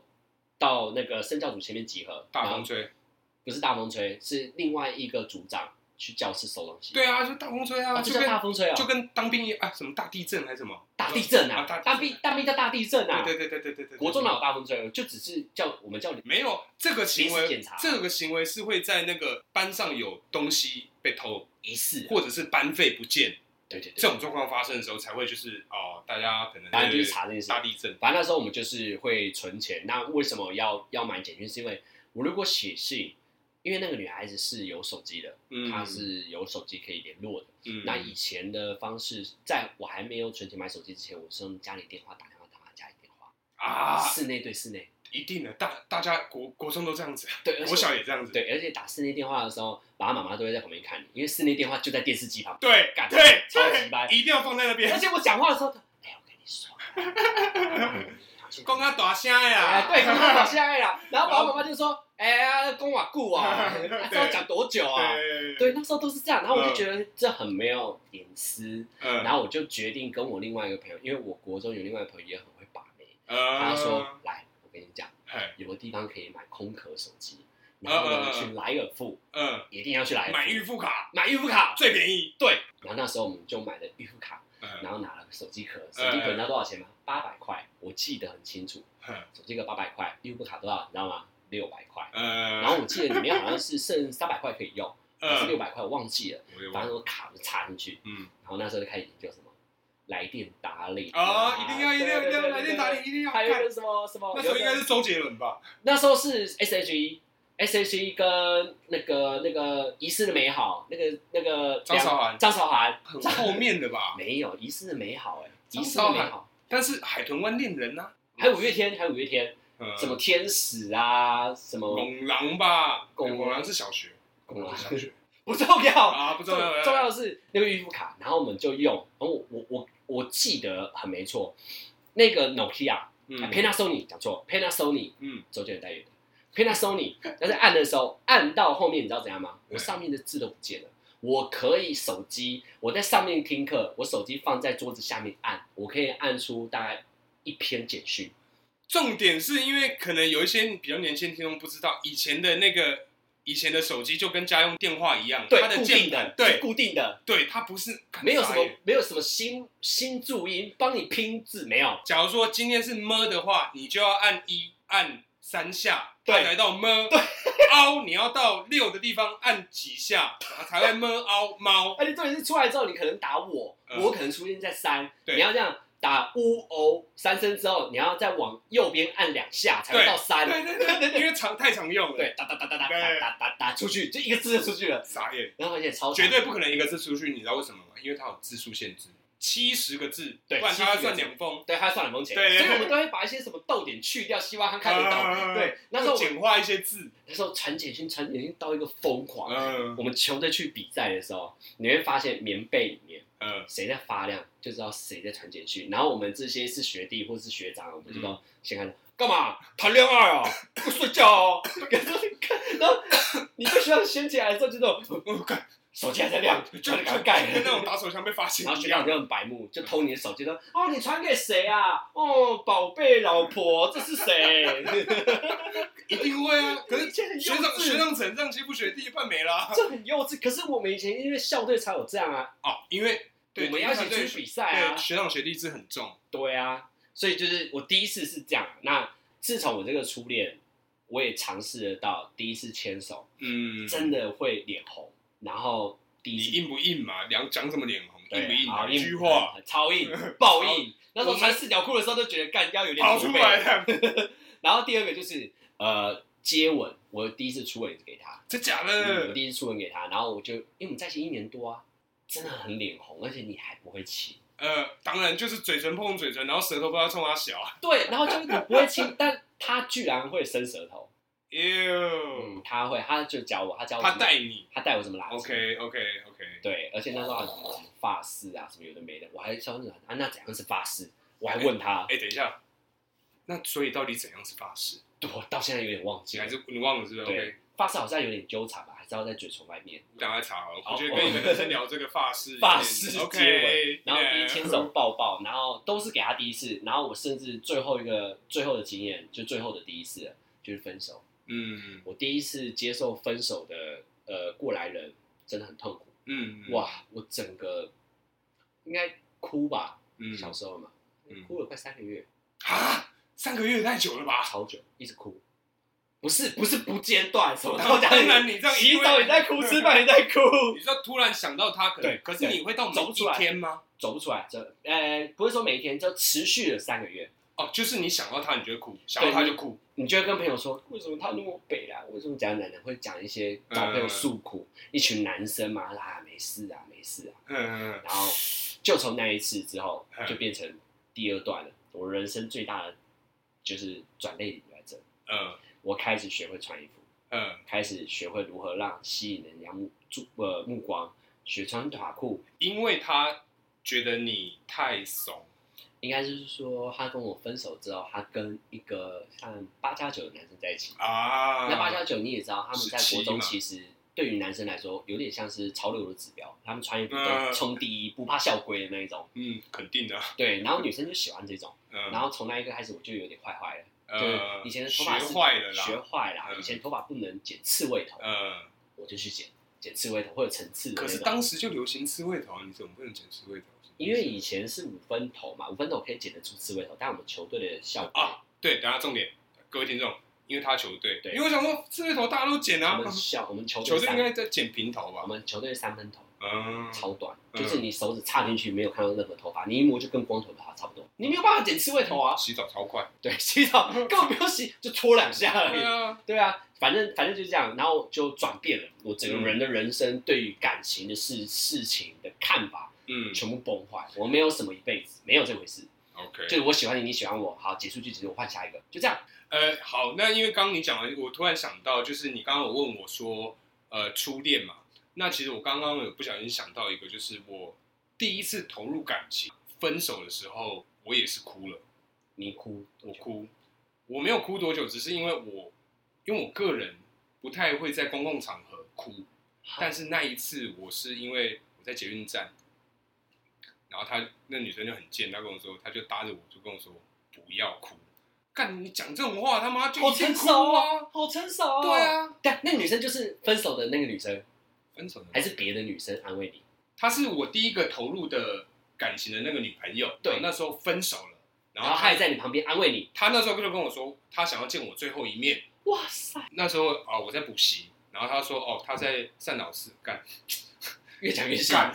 S1: 到那个身教组前面集合，
S2: 大
S1: 然
S2: 风
S1: 后
S2: 吹，
S1: 不是大风吹，是另外一个组长去教室收东西，
S2: 对啊，就大风吹啊，
S1: 啊，
S2: 就
S1: 这
S2: 跟
S1: 叫大风吹啊，
S2: 就跟当兵一样啊，什么大地震还是什么
S1: 大地震啊，
S2: 大
S1: 大兵大兵叫大地震啊，
S2: 对对对对对对对，
S1: 国中哪有大风吹，啊就只是叫我们叫
S2: 没有这个行
S1: 临时
S2: 为
S1: 检查，
S2: 这个行为是会在那个班上有东西被偷，
S1: 仪式啊，
S2: 或者是班费不见
S1: 对对对，
S2: 这种状况发生的时候，才会就是哦，大家可能
S1: 反正就是查这件事
S2: 大。地震，
S1: 反正那时候我们就是会存钱。那为什么要要买简讯？是因为我如果写信，因为那个女孩子是有手机的，
S2: 嗯，
S1: 她是有手机可以联络的。
S2: 嗯
S1: 那以前的方式，在我还没有存钱买手机之前，我是用家里电话打电话打家里电话，
S2: 啊，
S1: 室内对室内，
S2: 一定的，大大家国国中都这样子，啊
S1: 对，而且
S2: 国小也这样子，
S1: 对，而且打室内电话的时候，爸爸妈妈都会在旁边看你，因为室内电话就在电视机旁边。
S2: 对
S1: 干
S2: 对，
S1: 超级
S2: 对
S1: 掰
S2: 一定要放在那
S1: 而
S2: 边，
S1: 且我讲话的时候，哎、我跟你 说，
S2: 公啊大声
S1: 哎，
S2: 呀，
S1: 对，刚刚好相爱了。 然后爸爸妈妈就说：“哎呀，公瓦固啊，
S2: 对
S1: 啊这要讲多久啊？”
S2: 对
S1: 对，，那时候都是这样，然后我就觉得这很没有隐私，
S2: 嗯
S1: 然后我就决定跟我另外一个朋友，因为我国中有另外一个朋友也很会把妹，
S2: 呃
S1: 他说：“来，我跟你讲，
S2: 哎
S1: 有个地方可以买空壳手机，然后
S2: 嗯嗯
S1: 呢
S2: 嗯
S1: 去莱尔富，
S2: 嗯，
S1: 一定要去莱尔
S2: 买预
S1: 富
S2: 付卡
S1: 买预付卡。
S2: 最便宜，”
S1: 哎对，然后那时候我们就买了预付卡，
S2: 嗯
S1: 然后拿了个手机壳，手机壳你知道多少钱吗？八百块，我记得很清楚。
S2: 嗯
S1: 手机壳八百块，优步卡多少你知道吗？六百块。
S2: 呃，
S1: 然后我记得里面好像是剩三百块可以用，还是
S2: 呃
S1: 六百块，我忘记了。
S2: 我也
S1: 反
S2: 忘
S1: 正
S2: 了
S1: 我卡就插进去，
S2: 嗯
S1: 然后那时候就开始研究什么来电打理
S2: 啊，一定要一定要一定要来电打理，，一定
S1: 对对对对对
S2: 要
S1: 还有一
S2: 看
S1: 个，什么什么，
S2: 那时候
S1: 有一
S2: 应
S1: 个
S2: 该是周杰伦吧，
S1: 那时候是 S H E。S H E 跟那个那个遗失的美好，那个那个
S2: 张韶涵
S1: 张韶涵
S2: 很后面的吧，
S1: 没有遗失的美好哎，遗
S2: 张
S1: 失的
S2: 韶
S1: 美
S2: 涵
S1: 好，
S2: 但是海豚湾恋人呐，
S1: 还有五月天，还有五月天，
S2: 嗯
S1: 什么天使啊，什么
S2: 拱狼吧，
S1: 拱
S2: 拱狼是小学，
S1: 拱狼
S2: 小学
S1: 不重要，
S2: 啊，不知
S1: 重
S2: 道
S1: 重要的是那个预付卡，然后我们就用，然后我我我我记得很没错，那个 Nokia、啊 Panasonic 讲错，Panasonic
S2: 嗯
S1: 周杰伦代言的 Panasonic，但是按的时候按到后面你知道怎样吗？
S2: 对
S1: 我上面的字都不见了。我可以手机，我在上面听课，我手机放在桌子下面按，我可以按出大概一篇简讯。
S2: 重点是因为可能有一些比较年轻的听众不知道，以前的那个以前的手机就跟家用电话一样，
S1: 对
S2: 它，的
S1: 固
S2: 键
S1: 定
S2: 盘
S1: 的，，是
S2: 对
S1: 固定的，
S2: 对，它不是
S1: 没有什。
S2: 干傻
S1: 么
S2: 眼
S1: 没有什么新新注音，帮你拼字没有，
S2: 假如说今天是么的话，你就要按一按三下，
S1: 对
S2: 它才到么，对，凹你要到六的地方按几下，然后才会么 凹猫，
S1: 而且重点是出来之后，你可能打我，
S2: 嗯
S1: 我可能出现在三，
S2: 对
S1: 你要这样打乌欧三声之后，你要再往右边按两下才会到三，
S2: 对对对对，因为常太常用了，，
S1: 对，哒哒哒哒哒
S2: 对
S1: 哒哒哒哒出去，就一个字就出去了，
S2: 傻眼，
S1: 然后而且超
S2: 绝对不可能一个字出去，你知道为什么吗？因为它有字数限制，七十个字，
S1: 对
S2: 不然它
S1: 70
S2: 要
S1: 个
S2: 算
S1: 字
S2: 两封，
S1: 对，他算两分钱，
S2: 对对
S1: 所
S2: 对
S1: 以我们都会把一些什么逗点去掉，希望他看得
S2: 啊
S1: 到。对，那时候
S2: 要
S1: 我
S2: 简化一些字，
S1: 那时候传简讯，传简讯到一个疯狂。
S2: 嗯
S1: 我们球队去比赛的时候，你会发现棉被里面
S2: 嗯，
S1: 谁在发亮，就知道谁在传简讯。然后我们这些是学弟或是学长，我们就都先看到干嘛谈恋爱啊，不睡觉哦。然后你被学长掀起来的时候，就那种
S2: 我看
S1: 手机还在亮，
S2: 就
S1: 就
S2: 就
S1: 赶快
S2: 跟
S1: 盖。
S2: 那种打手枪被发现
S1: 然后
S2: 一
S1: 学长
S2: 样，
S1: 就很白目，就偷你的手机说：“哦，你传给谁啊？哦，宝贝老婆，这是谁？”
S2: 一定会啊，可是。
S1: 以前很幼
S2: 学长学
S1: 稚，
S2: 长只能这样欺负学弟，半没了啊
S1: 这很幼稚。可是我们以前因为校队才有这样啊，
S2: 哦，因为对
S1: 我们要一起
S2: 对
S1: 去比赛啊
S2: 对，学长学弟制很重，
S1: 对啊，所以就是我第一次是这样。那自从我这个初恋，我也尝试得到第一次牵手，
S2: 嗯，
S1: 真的会脸红，然后第
S2: 你
S1: 一次
S2: 硬不硬嘛？两讲什么脸红，硬
S1: 对，
S2: 不
S1: 啊
S2: 硬？
S1: 好
S2: 两句话，
S1: 很超 硬，爆硬。那时候穿四角裤的时候都觉得干腰有点
S2: 跑
S1: 驼
S2: 出
S1: 嗯背
S2: 来了，
S1: 然后第二个就是呃接吻，我第一次初吻也是给他，
S2: 真假
S1: 嗯我
S2: 的？
S1: 第一次初吻给他，然后我就因为我们在一起一年多啊，真的很脸红，而且你还不会亲，
S2: 呃，当然就是嘴唇碰嘴唇，然后舌头不知道冲他小啊。
S1: 对，然后就你不会亲， 但他居然会伸舌头，
S2: 哟，
S1: 嗯，他会，他就教我，他教我
S2: 他
S1: 怎么
S2: 带你
S1: 他带我怎么拉筋
S2: ，OK OK OK，
S1: 对，而且那时候还有什么发饰啊什么有的没的，我还教你啊，那怎样是发饰？我还问他，
S2: 哎，等一下，那所以到底怎样是法式？
S1: 对我到现在有点忘记
S2: 你
S1: 了
S2: 还，是你忘了是不是
S1: 对
S2: ？OK，
S1: 发饰好像有点纠缠吧，还是要在嘴唇外面。
S2: 我等下查好了。
S1: 好
S2: 我觉得跟你们男生聊这个法式，
S1: 法式接吻
S2: OK，
S1: 然后第一牵手
S2: yeah，
S1: 抱抱，然后都是给他第一次，然后我甚至最后一个最后的经验，就最后的第一次了就是分手。
S2: 嗯
S1: 我第一次接受分手的呃过来人真的很痛苦，
S2: 嗯，
S1: 哇，我整个应该哭吧，
S2: 嗯，
S1: 小时候嘛，
S2: 嗯
S1: 哭了快三个月，
S2: 啊，三个月也太久了吧？
S1: 好久一直哭，不是不是不间断，什么都
S2: 当
S1: 讲，
S2: 然，你这样
S1: 洗
S2: 因为
S1: 澡也在哭，吃饭也在哭，
S2: 你知道突然想到他，可能
S1: 对
S2: 可是你会到
S1: 走
S2: 某
S1: 不出
S2: 一
S1: 来
S2: 天吗？
S1: 走不出来，这呃不是说每一天，就持续了三个月。
S2: 哦，就是你想到他，你就会哭，想到他就哭。
S1: 你就会跟朋友说，为什么他那么北啦？为什么讲奶奶会讲一些找朋友诉苦？一群男生嘛，他说啊没事啊，没事啊。
S2: 嗯，
S1: 然后就从那一次之后，
S2: 嗯
S1: 就变成第二段了。我人生最大的就是转泪点来这，
S2: 嗯
S1: 我开始学会穿衣服，
S2: 嗯，
S1: 开始学会如何让吸引人家目注呃目光，学穿短裤。
S2: 因为他觉得你太怂，
S1: 应该就是说，他跟我分手之后，他跟一个像八加九的男生在一起。
S2: 啊。
S1: 那八加九你也知道，他们在国
S2: 17
S1: 中
S2: 嘛
S1: 其实对于男生来说有点像是潮流的指标，他们穿衣服
S2: 嗯
S1: 都冲第一，不怕校规的那一种。
S2: 嗯，肯定的。
S1: 对，然后女生就喜欢这种，
S2: 嗯，
S1: 然后从那一刻开始我就有点坏坏了，就是
S2: 呃，
S1: 以前的头
S2: 学
S1: 发是
S2: 坏了
S1: 学
S2: 啦。
S1: 坏啦。
S2: 嗯
S1: 以前头发不能剪刺猬头，
S2: 嗯，
S1: 我就去剪剪刺猬头或者层次的
S2: 可
S1: 那
S2: 是
S1: 种。
S2: 当时就流行刺猬头，你怎么不能剪刺猬头？
S1: 因为以前是五分头嘛，五分头可以剪得出刺猬头，但我们球队的校规，
S2: 啊，对，等下重点，各位听众，因为他球队，
S1: 对
S2: 因为我想说刺猬头大家都剪
S1: 我
S2: 啊，
S1: 们校我们球
S2: 球
S1: 队
S2: 队应
S1: 三，
S2: 该在剪平头
S1: 我
S2: 吧？
S1: 们球队三分头
S2: 嗯，
S1: 超短，
S2: 嗯
S1: 就是你手指插进去没有看到任何头发，你一摸就跟光头发差不多，你没有办法剪刺猬头啊。嗯
S2: 洗澡超快。
S1: 对，洗澡根本不用洗，就搓两下而
S2: 对
S1: 已。
S2: 啊，
S1: 对啊，反正反正就这样，然后就转变了，我整个人的人生对于感情的事事情的看法
S2: 嗯
S1: 全部崩坏。我没有什么一辈子，没有这回事，
S2: ，OK，
S1: 就是我喜欢你，你喜欢我，好，结束就结束，我换下一个，就这样。
S2: 呃，好，那因为刚刚你讲完，我突然想到，就是你刚刚有问我说，呃，初恋嘛，那其实我刚刚有不小心想到一个，就是我第一次投入感情，分手的时候，我也是哭了，
S1: 你哭，
S2: 我哭，我没有哭多久，只是因为我，因为我个人不太会在公共场合哭，但是那一次我是因为我在捷运站，然后她那女生就很贱，她跟我说，她就搭着我就跟我说不要哭，干你讲这种话他妈就
S1: 好
S2: 一定
S1: 成
S2: 哭
S1: 熟
S2: 啊，
S1: 啊，好成熟、哦。
S2: 对，啊，
S1: 但那女生就是分手的那个女生，
S2: 分手了
S1: 还是别的女生安慰你？
S2: 她是我第一个投入的感情的那个女朋友，
S1: 对
S2: 然后那时候分手了，
S1: 然后他也在你旁边安慰你。
S2: 他那时候就跟我说，他想要见我最后一面。
S1: 哇塞，
S2: 那时候啊、我在补习，然后他说哦，他在善导寺干，
S1: 越讲越细。
S2: 干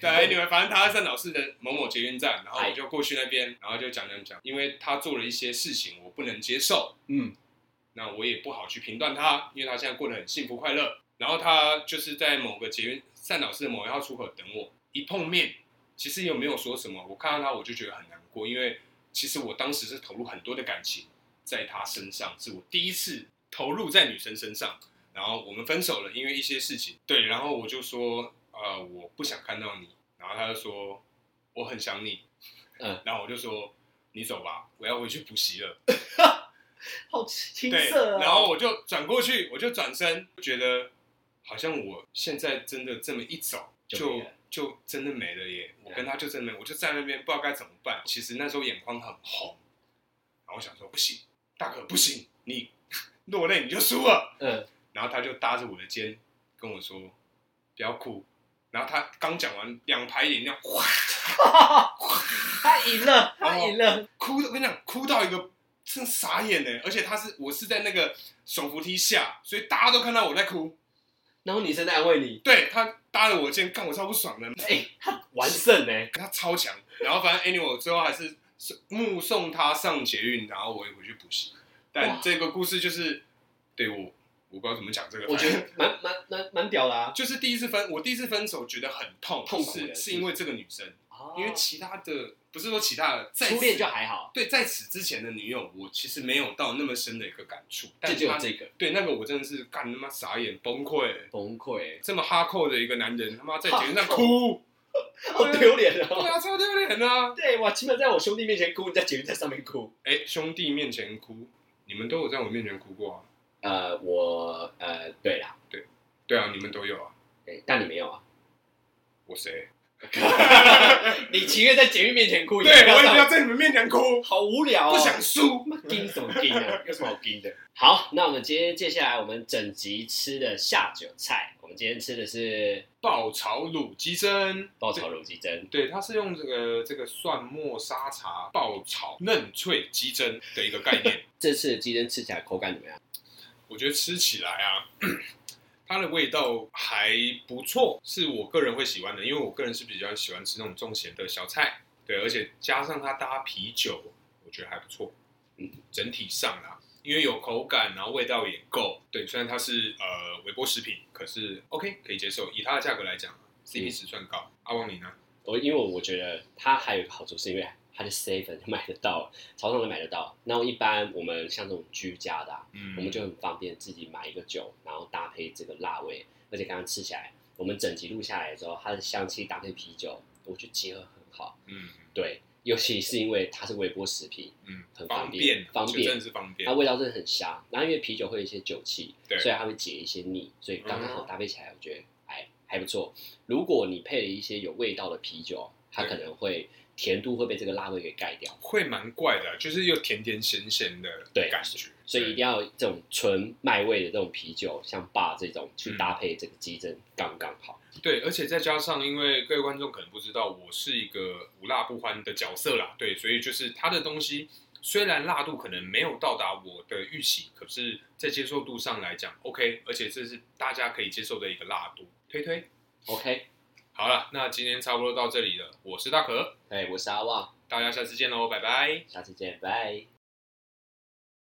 S2: 对，你们反正他在善导寺的某某捷运站，然后我就过去那边，然后就讲讲讲，因为他做了一些事情我不能接受，
S1: 嗯，
S2: 那我也不好去评断他，因为他现在过得很幸福快乐。然后他就是在某个捷运善导寺的某一号出口等我，一碰面，其实也没有说什么，我看到他我就觉得很难过，因为其实我当时是投入很多的感情在他身上，是我第一次投入在女生身上。然后我们分手了，因为一些事情。对，然后我就说，呃，我不想看到你。然后他就说，我很想你。
S1: 嗯，
S2: 然后我就说，你走吧，我要回去补习了。
S1: 好青
S2: 对，
S1: 涩啊。
S2: 然后我就转过去，我就转身，觉得好像我现在真的这么一走，
S1: 就
S2: 就
S1: 没了
S2: 就真的没了耶！我
S1: 对
S2: 跟他就真的没了，我就在那边不知道该怎么办。其实那时候眼眶很红，然后我想说不行，大可不行，你 落泪你就输了。
S1: 嗯，
S2: 然后他就搭着我的肩跟我说：“不要哭。”然后他刚讲完，两排眼泪哗，
S1: 他赢了，他赢了。
S2: 哭的，我跟你讲，哭到一个真的傻眼呢。而且他是我是在那个手扶梯下，所以大家都看到我在哭。
S1: 然后女生在安慰你，
S2: 对他搭了我肩，干我超不爽的，
S1: 哎，他完胜欸呢。
S2: 他超强。然后反正 anyway，我最后还是目送他上捷运，然后我也回去补习。但
S1: 哇
S2: 这个故事就是对我，我不知道怎么讲这个。
S1: 我觉
S2: 反正
S1: 得蛮蛮蛮蛮屌的啊。
S2: 就是第一次分，我第一次分手觉得很痛，
S1: 痛苦
S2: 是
S1: 的
S2: 是因为这个女生，因为
S1: 哦
S2: 其他的不是说其他的，在
S1: 初恋
S2: 此
S1: 就还好，
S2: 对，在此之前的女友，我其实没有到那么深的一个感触，但
S1: 这
S2: 是
S1: 就
S2: 她
S1: 有这个
S2: 对那个我真的是干他妈傻眼崩溃，
S1: 崩溃，欸
S2: 这么哈扣的一个男人他妈在节目上
S1: 哈扣
S2: 哭，
S1: 好丢脸
S2: 对
S1: 哦。
S2: 啊，超丢脸啊！
S1: 对，我基本在我兄弟面前哭，你在捷运在上面哭。
S2: 哎，兄弟面前哭，你们都有在我面前哭过啊？
S1: 呃，我呃，对啦，
S2: 对啊，你们都有啊，
S1: 哎但你没有啊。
S2: 我谁？
S1: 你情愿在捷运面前哭，
S2: 对，我也不
S1: 上
S2: 要在你们面前 哭，
S1: 好无聊、哦，
S2: 不想输。
S1: 盯什么盯 啊？有什么好盯的？好，那我们今天接下来我们整集吃的下酒菜，我们今天吃的是
S2: 爆炒卤鸡胗，
S1: 爆炒卤鸡胗，
S2: 对，它是用这个这个蒜末沙茶爆炒嫩脆鸡胗的一个概念。
S1: 这次的鸡胗吃起来口感怎么样？
S2: 我觉得吃起来啊，它的味道还不错，是我个人会喜欢的，因为我个人是比较喜欢吃那种重咸的小菜，对，而且加上它搭啤酒，我觉得还不错。
S1: 嗯，
S2: 整体上啦，因为有口感，然后味道也够。对，虽然它是呃微波食品，可是 OK 可以接受，以它的价格来讲，CP
S1: 嗯
S2: 值算高。阿旺你呢？
S1: 我因为我觉得它还有一个好处是因为它的 seven 买得到，超市都买得到。那一般我们像这种居家的、啊，
S2: 嗯
S1: 我们就很方便自己买一个酒，然后搭配这个辣味，而且刚刚吃起来，我们整集录下来之后，它的香气搭配啤酒，我觉得结合很好。
S2: 嗯
S1: 对，尤其是因为它是微波食品，
S2: 嗯，
S1: 很
S2: 方
S1: 方便方
S2: 就
S1: 便啊
S2: 真的是方便
S1: 它。味道真的很香。然后因为啤酒会有一些酒气，
S2: 对嗯
S1: 所以它会解一些腻，所以刚刚好搭配起来，我觉得还还不错。如果你配了一些有味道的啤酒，它
S2: 对
S1: 可能会甜度会被这个辣味给盖掉，
S2: 会蛮怪的，啊就是又甜甜咸咸的
S1: 对
S2: 感觉，
S1: 所以
S2: 对
S1: 一定要这种纯麦味的这种啤酒，像霸这种
S2: 嗯
S1: 去搭配这个鸡胗刚刚好。
S2: 对，而且再加上，因为各位观众可能不知道，我是一个无辣不欢的角色啦，对，所以就是它的东西虽然辣度可能没有到达我的预期，可是，在接受度上来讲，OK，而且这是大家可以接受的一个辣度，推推。
S1: OK，
S2: 好了，那今天差不多到这里了，我是大可，
S1: 哎，我是阿旺，
S2: 大家下次见喽，拜拜。
S1: 下次见，拜。